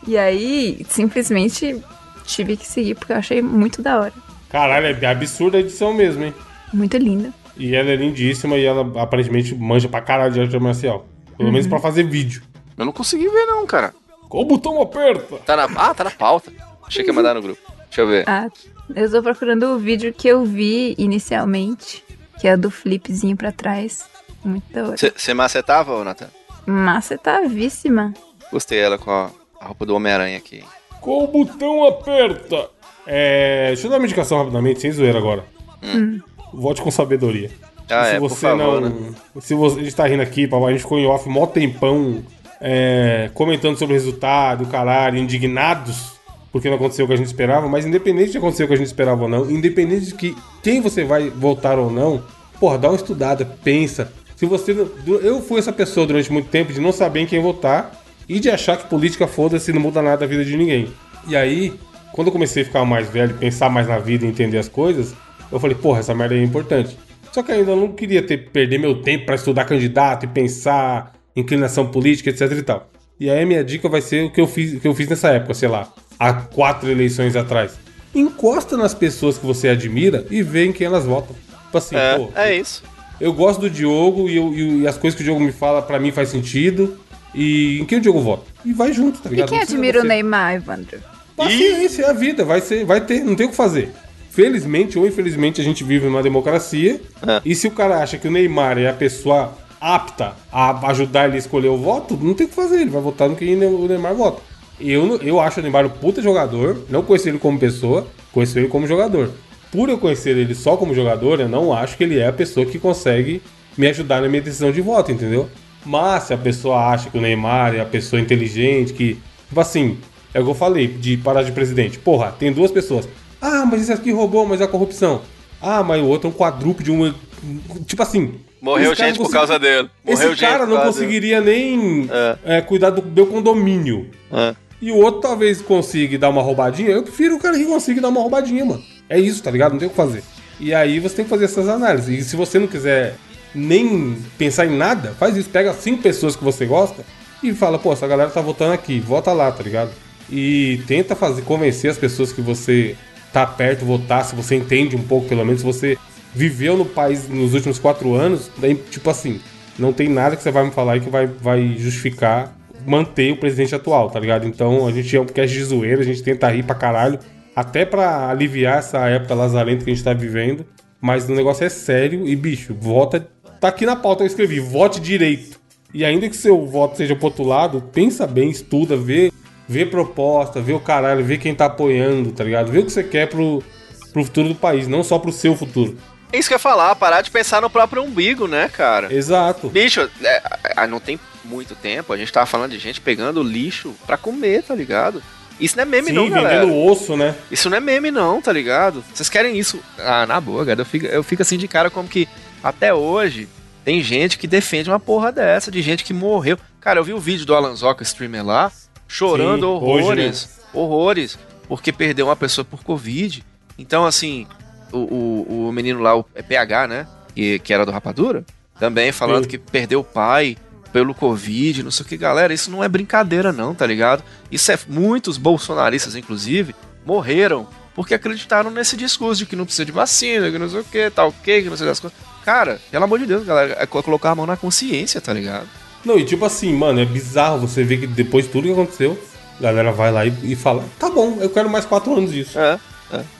B: E aí, simplesmente tive que seguir porque eu achei muito da hora.
A: Caralho, é absurda a edição mesmo, hein?
B: Muito linda.
A: E ela é lindíssima e ela aparentemente manja pra caralho de arte marcial. Pelo menos pra fazer vídeo.
C: Eu não consegui ver, não, cara.
A: Qual botão aperta?
C: Tá na... Ah, tá na pauta. Achei que ia mandar no grupo. Deixa eu ver.
B: Ah, eu estou procurando o vídeo que eu vi inicialmente, que é do flipzinho pra trás. Muito da hora.
C: Você macetava, ô, Nathan?
B: Mas você tá víssima.
C: Gostei ela com a, a roupa do Homem-Aranha aqui.
A: Qual botão aperta? É. Deixa eu dar uma indicação rapidamente, sem zoeira agora. Vote com sabedoria.
C: Ah,
A: se
C: é, por
A: você
C: favor,
A: não.
C: né?
A: Se você está rindo aqui, papai, a gente ficou em off mó tempão é, comentando sobre o resultado, caralho, indignados porque não aconteceu o que a gente esperava, mas independente de acontecer o que a gente esperava ou não, independente de que quem você vai votar ou não, porra, dá uma estudada, pensa. Se você. não- du- Eu fui essa pessoa durante muito tempo de não saber em quem votar e de achar que política foda-se não muda nada a vida de ninguém. E aí, quando eu comecei a ficar mais velho, pensar mais na vida e entender as coisas, eu falei, porra, essa merda aí é importante. Só que ainda eu não queria ter, perder meu tempo pra estudar candidato e pensar inclinação política, etc e tal. E aí a minha dica vai ser o que eu fiz, o que eu fiz nessa época, sei lá, há quatro eleições atrás. Encosta nas pessoas que você admira e vê em quem elas votam. Tipo assim, pô,
C: É, é isso.
A: eu gosto do Diogo e, eu- e o- e as coisas que o Diogo me fala pra mim faz sentido. E em quem o Diogo vota? E vai junto, tá
B: E
A: ligado?
B: quem
A: Não precisa
B: admira o
A: você-
B: Neymar, Evandro?
A: Paciência é a vida, vai, ser, vai ter, não tem o que fazer. Felizmente ou infelizmente a gente vive numa democracia.
C: É.
A: E se o cara acha que o Neymar é a pessoa apta a ajudar ele a escolher o voto, não tem o que fazer, ele vai votar no que o Neymar vota. Eu, não- eu acho o Neymar um puta jogador, não conheço ele como pessoa, conheço ele como jogador. Por eu conhecer ele só como jogador, eu não acho que ele é a pessoa que consegue me ajudar na minha decisão de voto, entendeu? Mas se a pessoa acha que o Neymar é a pessoa inteligente, que. Tipo assim, é o que eu falei de parar de presidente. Porra, tem duas pessoas. Ah, mas esse aqui roubou, mas é a corrupção. Ah, mas o outro é um quadrúpede, uma. Tipo assim.
C: Morreu
A: esse cara
C: gente
A: não
C: por causa
A: consegui-
C: dele. Morreu
A: esse
C: gente
A: cara
C: por
A: não
C: causa
A: conseguiria nem
C: É.
A: é, cuidar do meu condomínio.
C: dele.
A: E o outro talvez consiga dar uma roubadinha. Eu prefiro o cara que consiga dar uma roubadinha, mano. É isso, tá ligado? Não tem o que fazer. E aí você tem que fazer essas análises. E se você não quiser nem pensar em nada, faz isso. Pega cinco pessoas que você gosta e fala, pô, essa galera tá votando aqui, vota lá, tá ligado? E tenta fazer, convencer as pessoas que você tá perto votar, se você entende um pouco, pelo menos, se você viveu no país nos últimos quatro anos, daí, tipo assim, não tem nada que você vai me falar aí que vai, vai justificar manter o presidente atual, tá ligado? Então a gente é um podcast de zoeira, a gente tenta rir pra caralho, até pra aliviar essa época lazarenta que a gente tá vivendo, mas o negócio é sério e, bicho, vota Tá aqui na pauta, eu escrevi, vote direito. E ainda que seu voto seja pro outro lado, pensa bem, estuda, vê, vê proposta, vê o caralho, vê quem tá apoiando, tá ligado? Vê o que você quer pro, pro futuro do país, não só pro seu futuro.
C: É isso que eu ia falar, parar de pensar no próprio umbigo, né, cara?
A: Exato.
C: Bicho, é, a- a- não tem muito tempo, a gente tava falando de gente pegando lixo pra comer, tá ligado? Isso não é meme
A: Sim,
C: não, galera.
A: vendendo osso, né?
C: Isso não é meme não, tá ligado? Vocês querem isso? Ah, na boa, cara, eu fico, eu fico assim de cara como que até hoje tem gente que defende uma porra dessa, de gente que morreu. Cara, eu vi o vídeo do Alan Zoca, streamer lá, chorando
A: Sim, hoje,
C: horrores, horrores, porque perdeu uma pessoa por Covid. Então, assim, o, o, o menino lá, o é PH, né? Que, que era do Rapadura, também falando
A: Sim.
C: que perdeu o pai pelo Covid, não sei o que, galera. Isso não é brincadeira, não, tá ligado? Isso é. Muitos bolsonaristas, inclusive, morreram porque acreditaram nesse discurso de que não precisa de vacina, que não sei o que, tal, que, que não sei das coisas. Cara, pelo amor de Deus, galera, é co- colocar a mão na consciência, tá ligado?
A: Não, e tipo assim, mano, é bizarro você ver que depois de tudo que aconteceu, a galera vai lá e, e fala, tá bom, eu quero mais quatro anos disso.
C: É.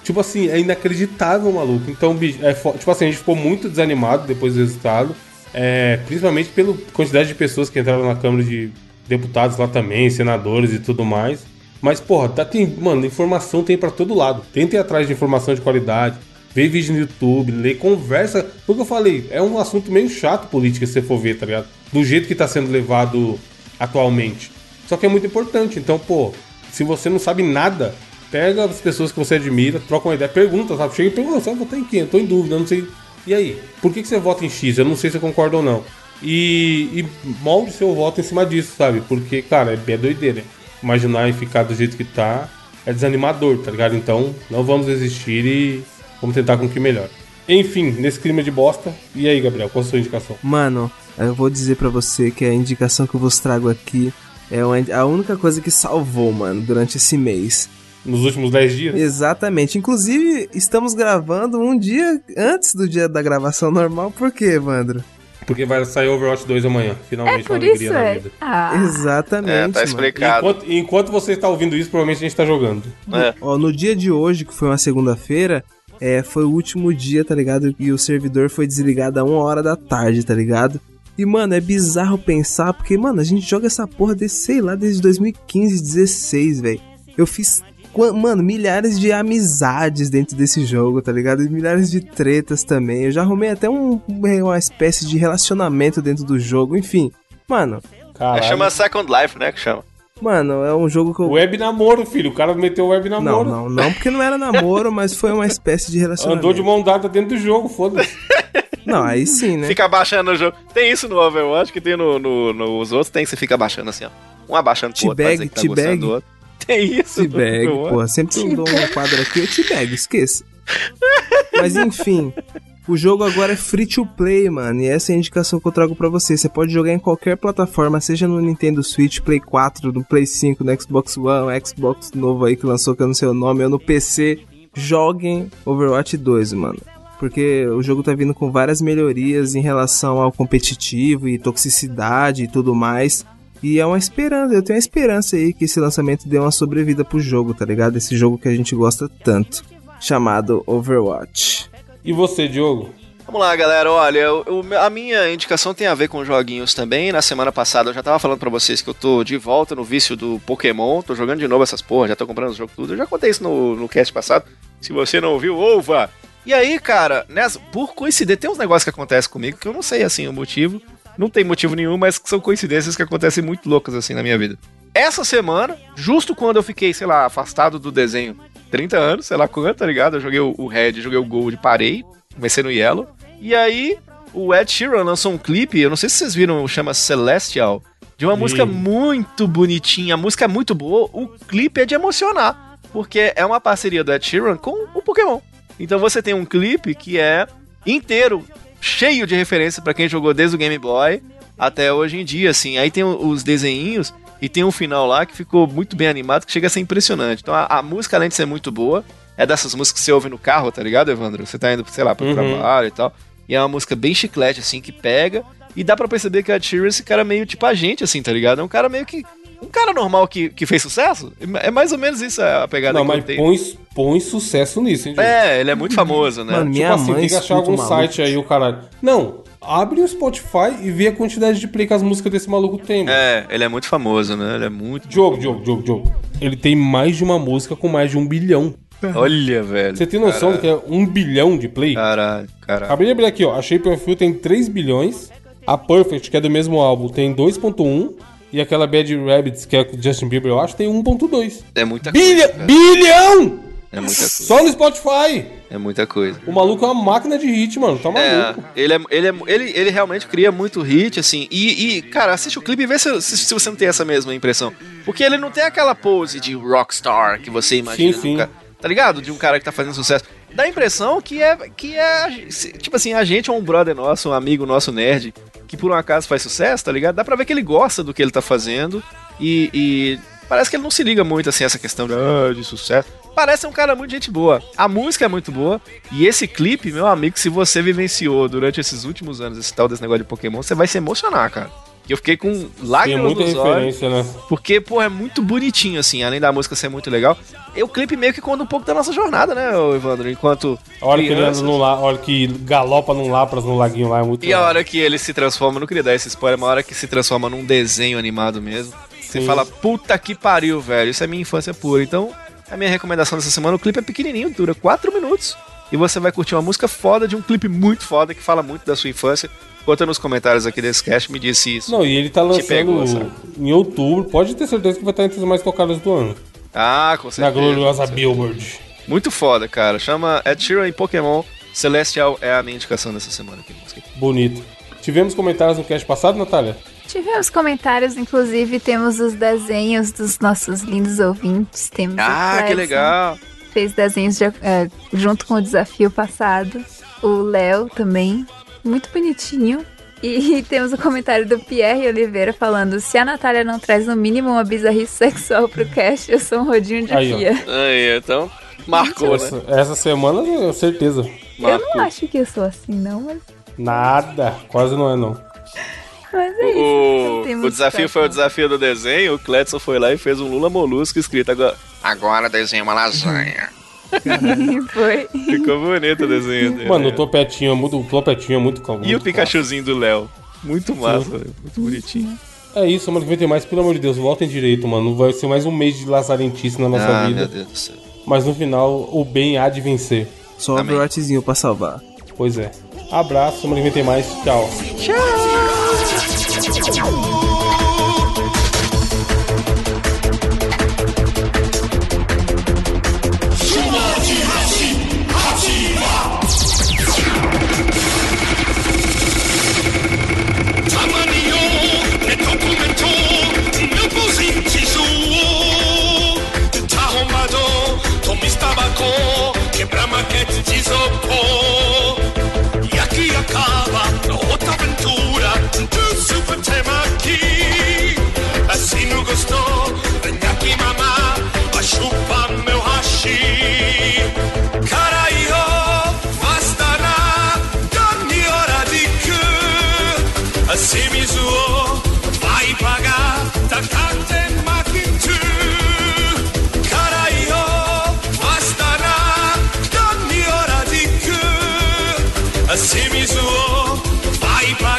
A: Tipo assim, é inacreditável, maluco. Então, bicho, é fo- tipo assim, a gente ficou muito desanimado depois do resultado. É, principalmente pela quantidade de pessoas que entraram na Câmara de Deputados lá também, senadores e tudo mais. Mas, porra, tá, tem, mano, informação tem pra todo lado. Tentem ir atrás de informação de qualidade. Vê vídeo no YouTube, lê, conversa. Foi o que eu falei, é um assunto meio chato política, se você for ver, tá ligado? Do jeito que tá sendo levado atualmente. Só que é muito importante. Então, pô, se você não sabe nada, pega as pessoas que você admira, troca uma ideia, pergunta, sabe? Chega e pergunta, "Ô, você vai votar em quem? Eu tô em dúvida, eu não sei. E aí? Por que, que você vota em X? Eu não sei se eu concordo ou não. E, e molde seu voto em cima disso, sabe? Porque, cara, é, é doideira. Imaginar e ficar do jeito que tá é desanimador, tá ligado? Então, não vamos desistir e vamos tentar com o que melhor. Enfim, nesse clima de bosta. E aí, Gabriel, qual a sua indicação?
D: Mano, eu vou dizer pra você que a indicação que eu vos trago aqui é uma- a única coisa que salvou, mano, durante esse mês.
A: Nos últimos 10 dias?
D: Exatamente. Inclusive, estamos gravando um dia antes do dia da gravação normal. Por quê, Evandro?
A: Porque vai sair Overwatch 2 amanhã.
B: É
A: Finalmente, uma
B: por
A: alegria
B: isso,
A: na
B: é.
A: vida.
B: Ah,
D: Exatamente.
C: É, tá
D: mano.
C: explicado.
A: Enquanto, enquanto você está ouvindo isso, provavelmente a gente está jogando.
C: É.
D: Ó, no dia de hoje, que foi uma segunda-feira, é, foi o último dia, tá ligado? E o servidor foi desligado a uma hora da tarde, tá ligado? E, mano, é bizarro pensar, porque, mano, a gente joga essa porra desse, sei lá, desde 2015, 16, velho. Eu fiz, qua- mano, milhares de amizades dentro desse jogo, tá ligado? E milhares de tretas também. Eu já arrumei até um, uma espécie de relacionamento dentro do jogo, enfim. Mano,
C: É,
A: Caralho.
C: chama Second Life, né? Que chama.
D: mano, é um jogo que eu
A: Web namoro, filho. O cara meteu web
D: Não,
A: namoro.
D: não, é não, porque não era namoro, mas foi uma espécie de relacionamento.
A: Andou de mão dada dentro do jogo, foda-se.
D: Não, aí sim, né?
C: Fica abaixando o jogo. Tem isso no Overwatch, que tem no, no- nos outros, tem que você fica abaixando assim, ó. Um abaixando pro outro, pra dizer
D: T-bag,
C: que tá gostando
D: T-bag.
C: do outro. Tem isso no
D: T-bag,
C: Overwatch.
D: porra. Sempre que eu dou um quadro aqui, eu T-bag, esqueça. Mas enfim, o jogo agora é free to play, mano. E essa é a indicação que eu trago pra você. Você pode jogar em qualquer plataforma, seja no Nintendo Switch, Play 4, no Play 5, no Xbox One, Xbox novo aí que lançou, que eu não sei o nome, ou no PC. Joguem Overwatch 2, mano. Porque o jogo tá vindo com várias melhorias em relação ao competitivo e toxicidade e tudo mais. E é uma esperança, eu tenho a esperança aí que esse lançamento dê uma sobrevida pro jogo, tá ligado? Esse jogo que a gente gosta tanto, chamado Overwatch.
A: E você, Diogo?
C: Vamos lá, galera. Olha, o- o- a minha indicação tem a ver com joguinhos também. Na semana passada eu já tava falando pra vocês que eu tô de volta no vício do Pokémon. Tô jogando de novo essas porra, já tô comprando os jogos tudo. Eu já contei isso no, no cast passado. Se você não ouviu, ouva! E aí, cara, nessa, por coincidência, tem uns negócios que acontecem comigo que eu não sei, assim, o motivo. Não tem motivo nenhum, mas que são coincidências que acontecem muito loucas, assim, na minha vida. Essa semana, justo quando eu fiquei, sei lá, afastado do desenho 30 anos, sei lá quanto, tá ligado? Eu joguei o, o Red, joguei o Gold, parei, comecei no Yellow. E aí, o Ed Sheeran lançou um clipe, eu não sei se vocês viram, chama Celestial, de uma
A: Sim.
C: música muito bonitinha, a música é muito boa, o clipe é de emocionar, porque é uma parceria do Ed Sheeran com o Pokémon. Então você tem um clipe que é inteiro, cheio de referência pra quem jogou desde o Game Boy até hoje em dia, assim. Aí tem o- os desenhinhos e tem um final lá que ficou muito bem animado, que chega a ser impressionante. Então a, a música, além de ser muito boa, é dessas músicas que você ouve no carro, tá ligado, Evandro? Você tá indo, sei lá, pro
A: Uhum.
C: trabalho e tal. E é uma música bem chiclete, assim, que pega. E dá pra perceber que a Sheeran, é esse cara meio tipo a gente, assim, tá ligado? É um cara meio que. Um cara normal que, que fez sucesso? É mais ou menos isso a pegada
A: não,
C: que
A: mas
C: eu tenho.
A: põe, põe sucesso nisso, hein, Diogo?
C: É, ele é muito famoso, né?
D: Mano, minha
A: tipo assim,
D: mãe
A: tem que achar
D: escuta
A: algum
D: o maluco.
A: site aí, o caralho. Não, Abre o Spotify e vê a quantidade de play que as músicas desse maluco tem, mano.
C: É, ele é muito famoso, né? Ele é muito.
A: Diogo, Diogo, Diogo, Diogo. Ele tem mais de uma música com mais de um bilhão.
C: Olha, velho.
A: Você tem noção do que é um bilhão de play?
C: É. Caralho, caralho.
A: Acabei de abrir aqui, ó. A Shape of You tem 3 bilhões. A Perfect, que é do mesmo álbum, tem 2.1. E aquela Bad Rabbits, que é com Justin Bieber, eu acho, tem 1.2.
C: É muita
A: Bilha
C: coisa. velho.
A: bilhão!
C: É muita coisa.
A: Só no Spotify!
C: É muita coisa.
A: O maluco é uma máquina de hit, mano. Tá
C: É,
A: maluco.
C: ele, é, ele, é, ele, ele realmente cria muito hit, assim. E, e, cara, assiste o clipe e vê se, se, se você não tem essa mesma impressão. Porque ele não tem aquela pose de rockstar que você imagina.
A: Sim, sim.
C: um cara- tá ligado? De um cara que tá fazendo sucesso. Dá a impressão que é, que é. se- Tipo assim, a gente é um brother nosso, um amigo nosso nerd, que por um acaso faz sucesso, tá ligado? Dá pra ver que ele gosta do que ele tá fazendo. E, e parece que ele não se liga muito, assim, a essa questão de, "Ah, de sucesso. Parece um cara muito gente boa. A música é muito boa. E esse clipe, meu amigo, se você vivenciou durante esses últimos anos esse tal desse negócio de Pokémon, você vai se emocionar, cara. Eu fiquei com
A: Tem
C: lágrimas
A: muita
C: nos olhos.
A: referência, né?
C: Porque, pô, é muito bonitinho, assim, além da música ser muito legal. E o clipe meio que conta um pouco da nossa jornada, né, ô Evandro? Enquanto.
A: A hora que ele anda
C: crianças-
A: num la... a hora que galopa num Lapras no laguinho lá é muito.
C: E a hora que ele se transforma, não queria dar esse spoiler, mas a hora que se transforma num desenho animado mesmo. Você
A: Sim.
C: fala, puta que pariu, velho. Isso é minha infância pura. Então, a minha recomendação dessa semana, o clipe é pequenininho, dura 4 minutos. E você vai curtir uma música foda de um clipe muito foda que fala muito da sua infância. Conta nos comentários aqui desse cast, me disse isso.
A: Não, e ele tá lançando
C: pegou, sabe?
A: em outubro. Pode ter certeza que vai estar entre os mais tocados do ano.
C: Ah, com
A: Na
C: certeza.
A: gloriosa Billboard.
C: Muito foda, cara. Chama Ed Sheeran em Pokémon. Celestial é a minha indicação dessa semana aqui. música.
A: Bonito. Tivemos comentários no cast passado, Natália?
B: Tivemos comentários, inclusive temos os desenhos dos nossos lindos ouvintes. Temos o
C: Ah, que
B: Cledson,
C: legal.
B: Fez desenhos de- é, junto com o desafio passado. O Léo também, muito bonitinho. E temos o comentário do Pierre Oliveira falando: se a Natália não traz no mínimo uma bizarrice sexual pro cast, eu sou um rodinho de
A: Aí, ó.
B: pia.
C: Aí, então. Marcou, né?
A: Essa, essa semana, eu certeza.
B: Eu
C: Marcou.
B: não acho que eu sou assim, não, mas,
A: Nada. Quase não é, não.
B: mas é isso.
C: O,
B: Não tem
C: o
B: muito né?
C: desafio
B: tempo,
C: foi o
B: não.
C: desafio do desenho. O Cledson foi lá e fez um Lula Molusco escrito agora. Agora desenha uma lasanha.
B: Foi.
C: Ficou bonito o desenho dele.
A: Mano, o topetinho é muito. O topetinho é muito calmo.
C: E o Pikachuzinho do Léo. Muito massa, velho. muito bonitinho.
A: É isso, semana que vem tem mais, pelo amor de Deus, voltem direito, mano. Vai ser mais um mês de lazarentice na nossa vida.
C: Ah, Deus do céu.
A: Mas no final, o bem há de vencer.
D: Só o
C: Amém.
D: overwatchzinho pra salvar.
A: Pois é. Abraço, semana que vem tem mais. Tchau.
F: Assim não gostou, vem aqui mamar, vai chupar meu hashi. Caraiô, bastará, dá-me hora de que. Assim me zoou, vai pagar, tá cante maquintu. Caraiô, bastará, dá-me hora de que. Assim me zoou, vai pagar.